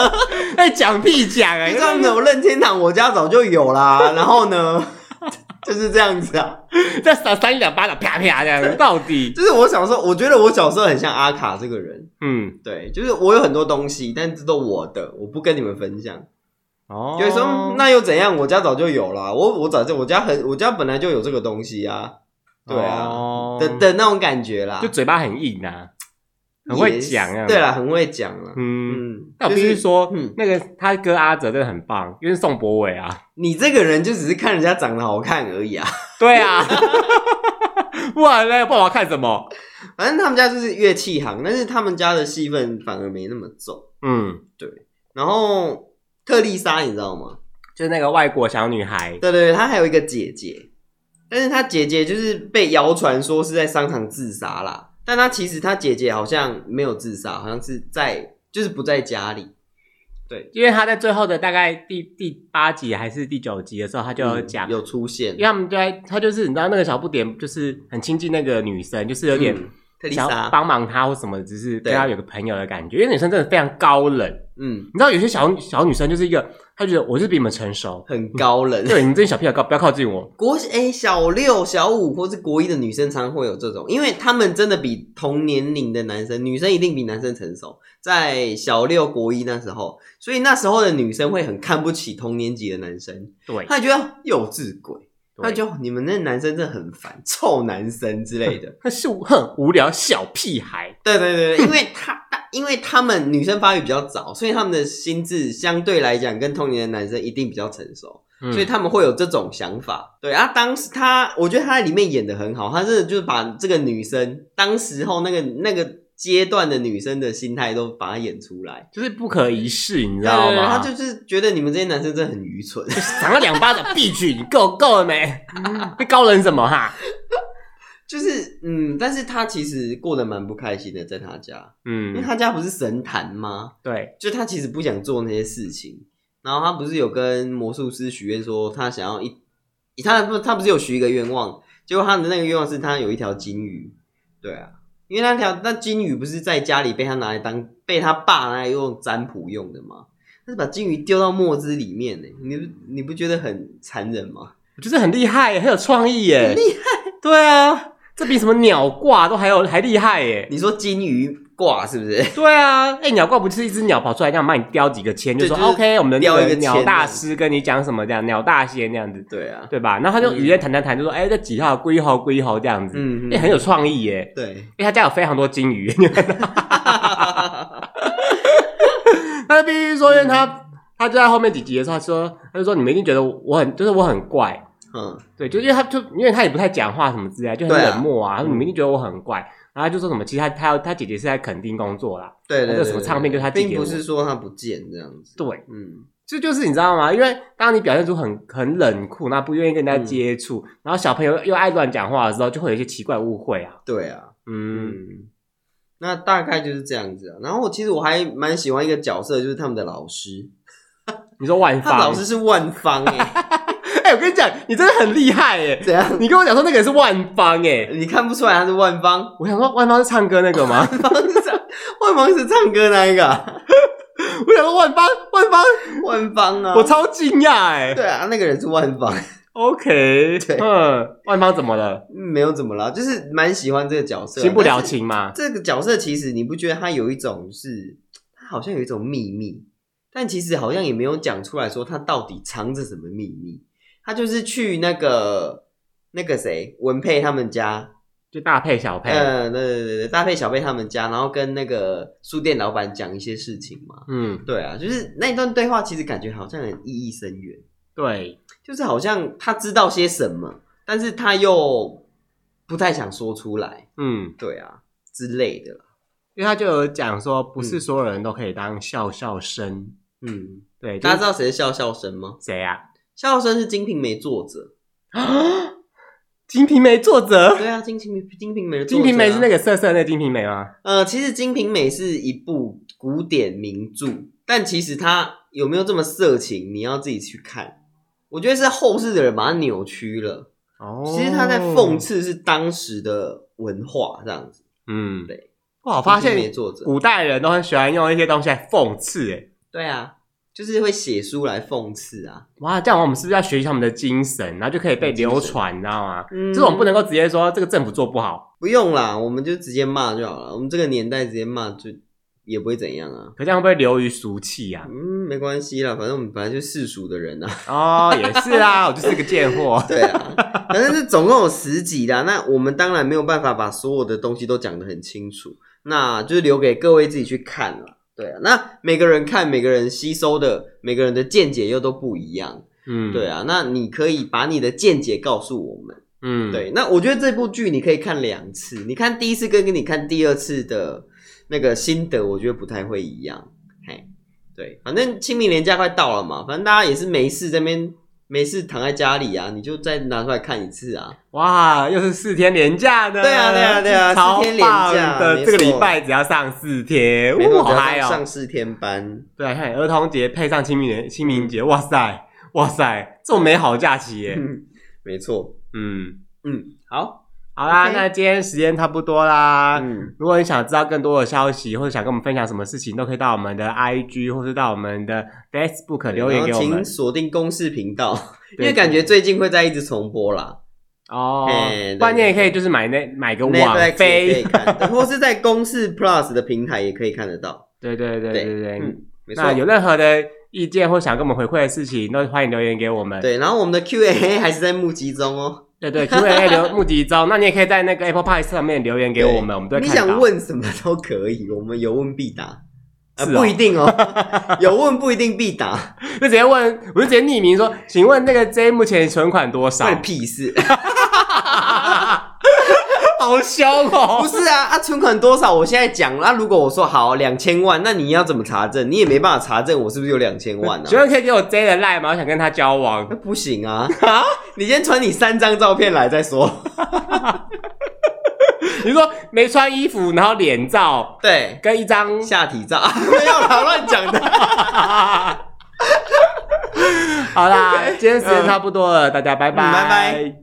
[SPEAKER 1] 在哎讲屁讲啊！
[SPEAKER 2] 就像有任天堂，我家早就 有啦。然后呢， 就是这样子啊。
[SPEAKER 1] 在扇扇一两巴掌，啪啪这样子，到底？
[SPEAKER 2] 就是我小时候，我觉得我小时候很像阿卡这个人。
[SPEAKER 1] 嗯，
[SPEAKER 2] 对，就是我有很多东西，但这都我的，我不跟你们分享。
[SPEAKER 1] 哦，
[SPEAKER 2] 有人说那又怎样？我家早就有啦，我我早就我家很我家本来就有这个东西啊。对啊，
[SPEAKER 1] 哦
[SPEAKER 2] 的的那种感觉啦，
[SPEAKER 1] 就嘴巴很硬啊，很会讲
[SPEAKER 2] 也
[SPEAKER 1] 啊。
[SPEAKER 2] 是对啦，很会讲啊。
[SPEAKER 1] 嗯，
[SPEAKER 2] 嗯，
[SPEAKER 1] 那我
[SPEAKER 2] 就
[SPEAKER 1] 必须
[SPEAKER 2] 是
[SPEAKER 1] 说
[SPEAKER 2] 嗯，
[SPEAKER 1] 那个他哥阿哲真的很棒，因为是宋博伟啊。
[SPEAKER 2] 你这个人就只是看人家长得好看而已啊。
[SPEAKER 1] 对 啊，不然呢？爸爸看什么？
[SPEAKER 2] 反正他们家就是乐器行，但是他们家的戏份反而没那么重。
[SPEAKER 1] 嗯，
[SPEAKER 2] 然后特丽莎，你知道吗？
[SPEAKER 1] 就是那个外国小女孩。
[SPEAKER 2] 对对对，她还有一个姐姐，但是她姐姐就是被谣传说是在商场自杀啦。但她其实她姐姐好像没有自杀，好像是在就是不在家里。
[SPEAKER 1] 因为他在最后的大概第第八集还是第九集的时候，他就有讲
[SPEAKER 2] 嗯，有出现
[SPEAKER 1] 因为，他们就在他就是你知道那个小不点就是很亲近那个女生，就是有点
[SPEAKER 2] 嗯特丽
[SPEAKER 1] 想要
[SPEAKER 2] 莎，
[SPEAKER 1] 帮忙她或什么，只是跟
[SPEAKER 2] 对
[SPEAKER 1] 她有个朋友的感觉。因为女生真的非常高冷，
[SPEAKER 2] 嗯，
[SPEAKER 1] 你知道有些小小女生就是一个，她觉得我就是比你们成 熟，
[SPEAKER 2] 很高冷。
[SPEAKER 1] 对你们这些小屁孩高不要靠近我。
[SPEAKER 2] 国诶、小六、小五或是国一的女生常会有这种，因为他们真的比同年龄的男生，女生一定比男生成熟。在小六、国一那时候，所以那时候的女生会很看不起同年级的男生，
[SPEAKER 1] 对，
[SPEAKER 2] 她觉得幼稚鬼，她
[SPEAKER 1] 对
[SPEAKER 2] 觉得你们那男生真的很烦，臭男生之类的。
[SPEAKER 1] 那是很无聊小屁孩。
[SPEAKER 2] 对对对，对因为他因为他们女生发育比较早，所以他们的心智相对来讲跟同年的男生一定比较成熟。
[SPEAKER 1] 嗯
[SPEAKER 2] 所以他们会有这种想法。对啊，当时他，我觉得他在里面演的很好，他真的就是把这个女生当时候那个那个阶段的女生的心态都把它演出来，
[SPEAKER 1] 就是不可一世，你
[SPEAKER 2] 你
[SPEAKER 1] 知道吗？
[SPEAKER 2] 他就是觉得你们这些男生真的很愚蠢。
[SPEAKER 1] 嗯赏了两巴掌，闭嘴！你够够了没？你高冷什么哈？
[SPEAKER 2] 就是嗯，但是他其实过得蛮不开心的，在他家，因为
[SPEAKER 1] 嗯，
[SPEAKER 2] 他家不是神坛吗？
[SPEAKER 1] 对，
[SPEAKER 2] 就他其实不想做那些事情，然后他不是有跟魔术师许愿说他想要一，他不他不是有许一个愿望，结果他的那个愿望是他有一条金鱼，对啊，因为那条那金鱼不是在家里被他拿来当被他爸拿来用占卜用的吗？他是把金鱼丢到墨汁里面呢，你不你不觉得很残忍吗？
[SPEAKER 1] 我觉得很厉害耶，很有创意耶，
[SPEAKER 2] 很
[SPEAKER 1] 厉害。对啊，这比什么鸟挂都还有还厉害耶。
[SPEAKER 2] 你说金鱼挂是不是？
[SPEAKER 1] 对啊，哎、鸟挂不是一只鸟跑出来这样帮你叼几个签，就
[SPEAKER 2] 对
[SPEAKER 1] 说、
[SPEAKER 2] 就是
[SPEAKER 1] OK，我们的那
[SPEAKER 2] 叼一个签
[SPEAKER 1] 鸟大师跟你讲什么这样，鸟大仙那样子，
[SPEAKER 2] 对啊，
[SPEAKER 1] 对吧？然后他就
[SPEAKER 2] 嗯
[SPEAKER 1] 语言谈谈谈，就说哎、这几号龟猴龟猴这样子，哎
[SPEAKER 2] 嗯，
[SPEAKER 1] 欸也、很有创意耶。
[SPEAKER 2] 对，
[SPEAKER 1] 因为他家有非常多金鱼，但是必须说，因为他他就在后面几集的时候，他说他就说你们一定觉得我很就是我很怪，
[SPEAKER 2] 嗯，
[SPEAKER 1] 对，就因为他就因为他也不太讲话什么之类的，就很
[SPEAKER 2] 对啊
[SPEAKER 1] 冷漠啊，他说你们一定觉得我很怪，然后他就说什么，其实他他他姐姐是在垦丁工作啦，
[SPEAKER 2] 对对对
[SPEAKER 1] 那个什么
[SPEAKER 2] 对
[SPEAKER 1] 唱片就他寄给
[SPEAKER 2] 并不
[SPEAKER 1] 我
[SPEAKER 2] 是说他不见这样子。
[SPEAKER 1] 对，
[SPEAKER 2] 嗯，
[SPEAKER 1] 这就是你知道吗？因为当你表现出很很冷酷，那不愿意跟
[SPEAKER 2] 嗯
[SPEAKER 1] 人家接触，然后小朋友又爱乱讲话的时候，就会有一些奇怪误会啊，
[SPEAKER 2] 对啊，
[SPEAKER 1] 嗯，
[SPEAKER 2] 嗯，那大概就是这样子啊。然后我其实我还蛮喜欢一个角色，就是他们的老师，
[SPEAKER 1] 你说万
[SPEAKER 2] 他的
[SPEAKER 1] 方
[SPEAKER 2] 老，师是万芳哎，
[SPEAKER 1] 哎、我跟你讲，你真的很厉害耶、
[SPEAKER 2] 怎样？
[SPEAKER 1] 你跟我讲说那个是万方哎、
[SPEAKER 2] 你看不出来他是万芳？
[SPEAKER 1] 我想说万方是唱歌那个吗？
[SPEAKER 2] 万芳是唱，万芳是唱歌那一个啊，
[SPEAKER 1] 我想说万方万方，
[SPEAKER 2] 万芳啊，
[SPEAKER 1] 我超惊讶哎。
[SPEAKER 2] 对啊，那个人是万芳，
[SPEAKER 1] OK，
[SPEAKER 2] 对
[SPEAKER 1] 嗯，万方怎么了？
[SPEAKER 2] 嗯没有怎么啦，就是蛮喜欢这个角色啊，
[SPEAKER 1] 新不
[SPEAKER 2] 但
[SPEAKER 1] 了
[SPEAKER 2] 是
[SPEAKER 1] 情嘛？
[SPEAKER 2] 这个角色其实你不觉得他有一种是，他好像有一种秘密，但其实好像也没有讲出来说他到底藏着什么秘密。他就是去那个那个谁文佩他们家，
[SPEAKER 1] 就大配小配，
[SPEAKER 2] 呃，对对对对，搭配小贝他们家，然后跟那个书店老板讲一些事情嘛。
[SPEAKER 1] 嗯，
[SPEAKER 2] 对啊，就是那一段对话，其实感觉好像很意义深远，
[SPEAKER 1] 对，
[SPEAKER 2] 就是好像他知道些什么，但是他又不太想说出来，
[SPEAKER 1] 嗯，
[SPEAKER 2] 对啊之类的啦。
[SPEAKER 1] 因为他就有讲说，不是所有人都可以当笑笑生，
[SPEAKER 2] 嗯，
[SPEAKER 1] 对，
[SPEAKER 2] 大家
[SPEAKER 1] 就是
[SPEAKER 2] 知道谁是笑笑生吗？
[SPEAKER 1] 谁啊？
[SPEAKER 2] 笑笑生是《金瓶梅》作者。
[SPEAKER 1] 《金瓶梅》作者，《
[SPEAKER 2] 对啊，金瓶梅》《金瓶梅》的作者、
[SPEAKER 1] 金瓶梅》是那
[SPEAKER 2] 个
[SPEAKER 1] 个色色的《金瓶梅》吗？
[SPEAKER 2] 呃，其实《金瓶梅》是一部古典名著，但其实它有没有这么色情，你要自己去看。我觉得是后世的人把它扭曲了。
[SPEAKER 1] 哦
[SPEAKER 2] 其实他在讽，刺是当时的文化这样子。
[SPEAKER 1] 嗯，
[SPEAKER 2] 对。
[SPEAKER 1] 哇，我发
[SPEAKER 2] 金瓶梅
[SPEAKER 1] 现
[SPEAKER 2] 作者
[SPEAKER 1] 古代人都很喜欢用一些东西来讽刺，哎，
[SPEAKER 2] 对啊，就是会写书来讽刺啊。
[SPEAKER 1] 哇，这样我们是不是要学习他们的精神，然后就可以被
[SPEAKER 2] 精神
[SPEAKER 1] 流传，你知道吗？
[SPEAKER 2] 嗯
[SPEAKER 1] 这种不能够直接说这个政府做不好，
[SPEAKER 2] 不用啦，我们就直接骂就好了。我们这个年代直接骂就也不会怎样啊。
[SPEAKER 1] 可这样会不会流于俗气啊？
[SPEAKER 2] 嗯，没关系啦，反正我们本来就世俗的人啊。
[SPEAKER 1] 哦，也是 啦，我就是个贱货。
[SPEAKER 2] 对啊，反正是总共有十集啦。那我们当然没有办法把所有的东西都讲得很清楚，那就是留给各位自己去看了。对啊，那每个人看，每个人吸收的，每个人的见解又都不一样。
[SPEAKER 1] 嗯，
[SPEAKER 2] 对，啊，那你可以把你的见解告诉我们。
[SPEAKER 1] 嗯，
[SPEAKER 2] 对，那我觉得这部剧你可以看两次，你看第一次跟跟你看第二次的那个心得，我觉得不太会一样。嘿，对，反正清明年假快到了嘛，反正大家也是没事这边没事躺在家里啊，你就再拿出来看一次啊。
[SPEAKER 1] 哇，又是四天连假呢。
[SPEAKER 2] 对啊对啊对啊
[SPEAKER 1] 超
[SPEAKER 2] 四天连
[SPEAKER 1] 棒
[SPEAKER 2] 假
[SPEAKER 1] 的
[SPEAKER 2] 没
[SPEAKER 1] 这
[SPEAKER 2] 错
[SPEAKER 1] 个礼拜只要上四天，
[SPEAKER 2] 没
[SPEAKER 1] 哇，
[SPEAKER 2] 错，
[SPEAKER 1] 哎好
[SPEAKER 2] 只要
[SPEAKER 1] 嗨
[SPEAKER 2] 上上
[SPEAKER 1] 哦！
[SPEAKER 2] 四天班，
[SPEAKER 1] 对啊，看儿童节配上清明节，清明节，哇塞，哇塞，这么美好的假期耶。
[SPEAKER 2] 嗯没错，
[SPEAKER 1] 嗯，
[SPEAKER 2] 嗯，好，
[SPEAKER 1] 好啦
[SPEAKER 2] OK
[SPEAKER 1] 那今天时间差不多啦。
[SPEAKER 2] 嗯，
[SPEAKER 1] 如果你想知道更多的消息，或者想跟我们分享什么事情，都可以到我们的 IG 或是到我们的 Facebook 留言
[SPEAKER 2] 然
[SPEAKER 1] 给
[SPEAKER 2] 后
[SPEAKER 1] 我们
[SPEAKER 2] 请。锁定公视频道，因
[SPEAKER 1] 对
[SPEAKER 2] 为感觉最近会在一直重播啦。
[SPEAKER 1] 哦
[SPEAKER 2] 哎，对
[SPEAKER 1] 不然你也可以就是买那买个网
[SPEAKER 2] Netflix 也可以
[SPEAKER 1] 飞，
[SPEAKER 2] 看，对或是在公视 Plus 的平台也可以看得到。
[SPEAKER 1] 对对对对对。
[SPEAKER 2] 嗯，没错
[SPEAKER 1] 那。有任何的意见或想跟我们回馈的事情，都欢迎留言给我们。
[SPEAKER 2] 对，然后我们的 Q&A 还是在募集中哦。
[SPEAKER 1] 对对，Q&A 留目的中，那你也可以在那个 Apple Pie 上面留言给我们，我们都会
[SPEAKER 2] 你
[SPEAKER 1] 看到。
[SPEAKER 2] 想问什么都可以，我们有问必答。呃，
[SPEAKER 1] 是哦
[SPEAKER 2] 不一 定哦，有问不一定必答，
[SPEAKER 1] 就直接问，我就直接匿名说，请问那个 J 目前存款多少？
[SPEAKER 2] 关你屁事。
[SPEAKER 1] 好凶
[SPEAKER 2] 不
[SPEAKER 1] 哦！
[SPEAKER 2] 是啊，啊，存款多少？我现在讲那如果我说好两千万，那你要怎么查证？你也没办法查证我是不是有两千万
[SPEAKER 1] 请
[SPEAKER 2] 啊？呃
[SPEAKER 1] 问可以给我 J 的 line 吗？我想跟他交往
[SPEAKER 2] 那。不行啊！你先传你三张照片来再说。
[SPEAKER 1] 你说没穿衣服，然后脸照
[SPEAKER 2] 对，
[SPEAKER 1] 跟一张，
[SPEAKER 2] 下体照 没有啦，乱讲的。
[SPEAKER 1] 好啦，今天时间差不多了，大家拜拜，
[SPEAKER 2] 嗯拜拜。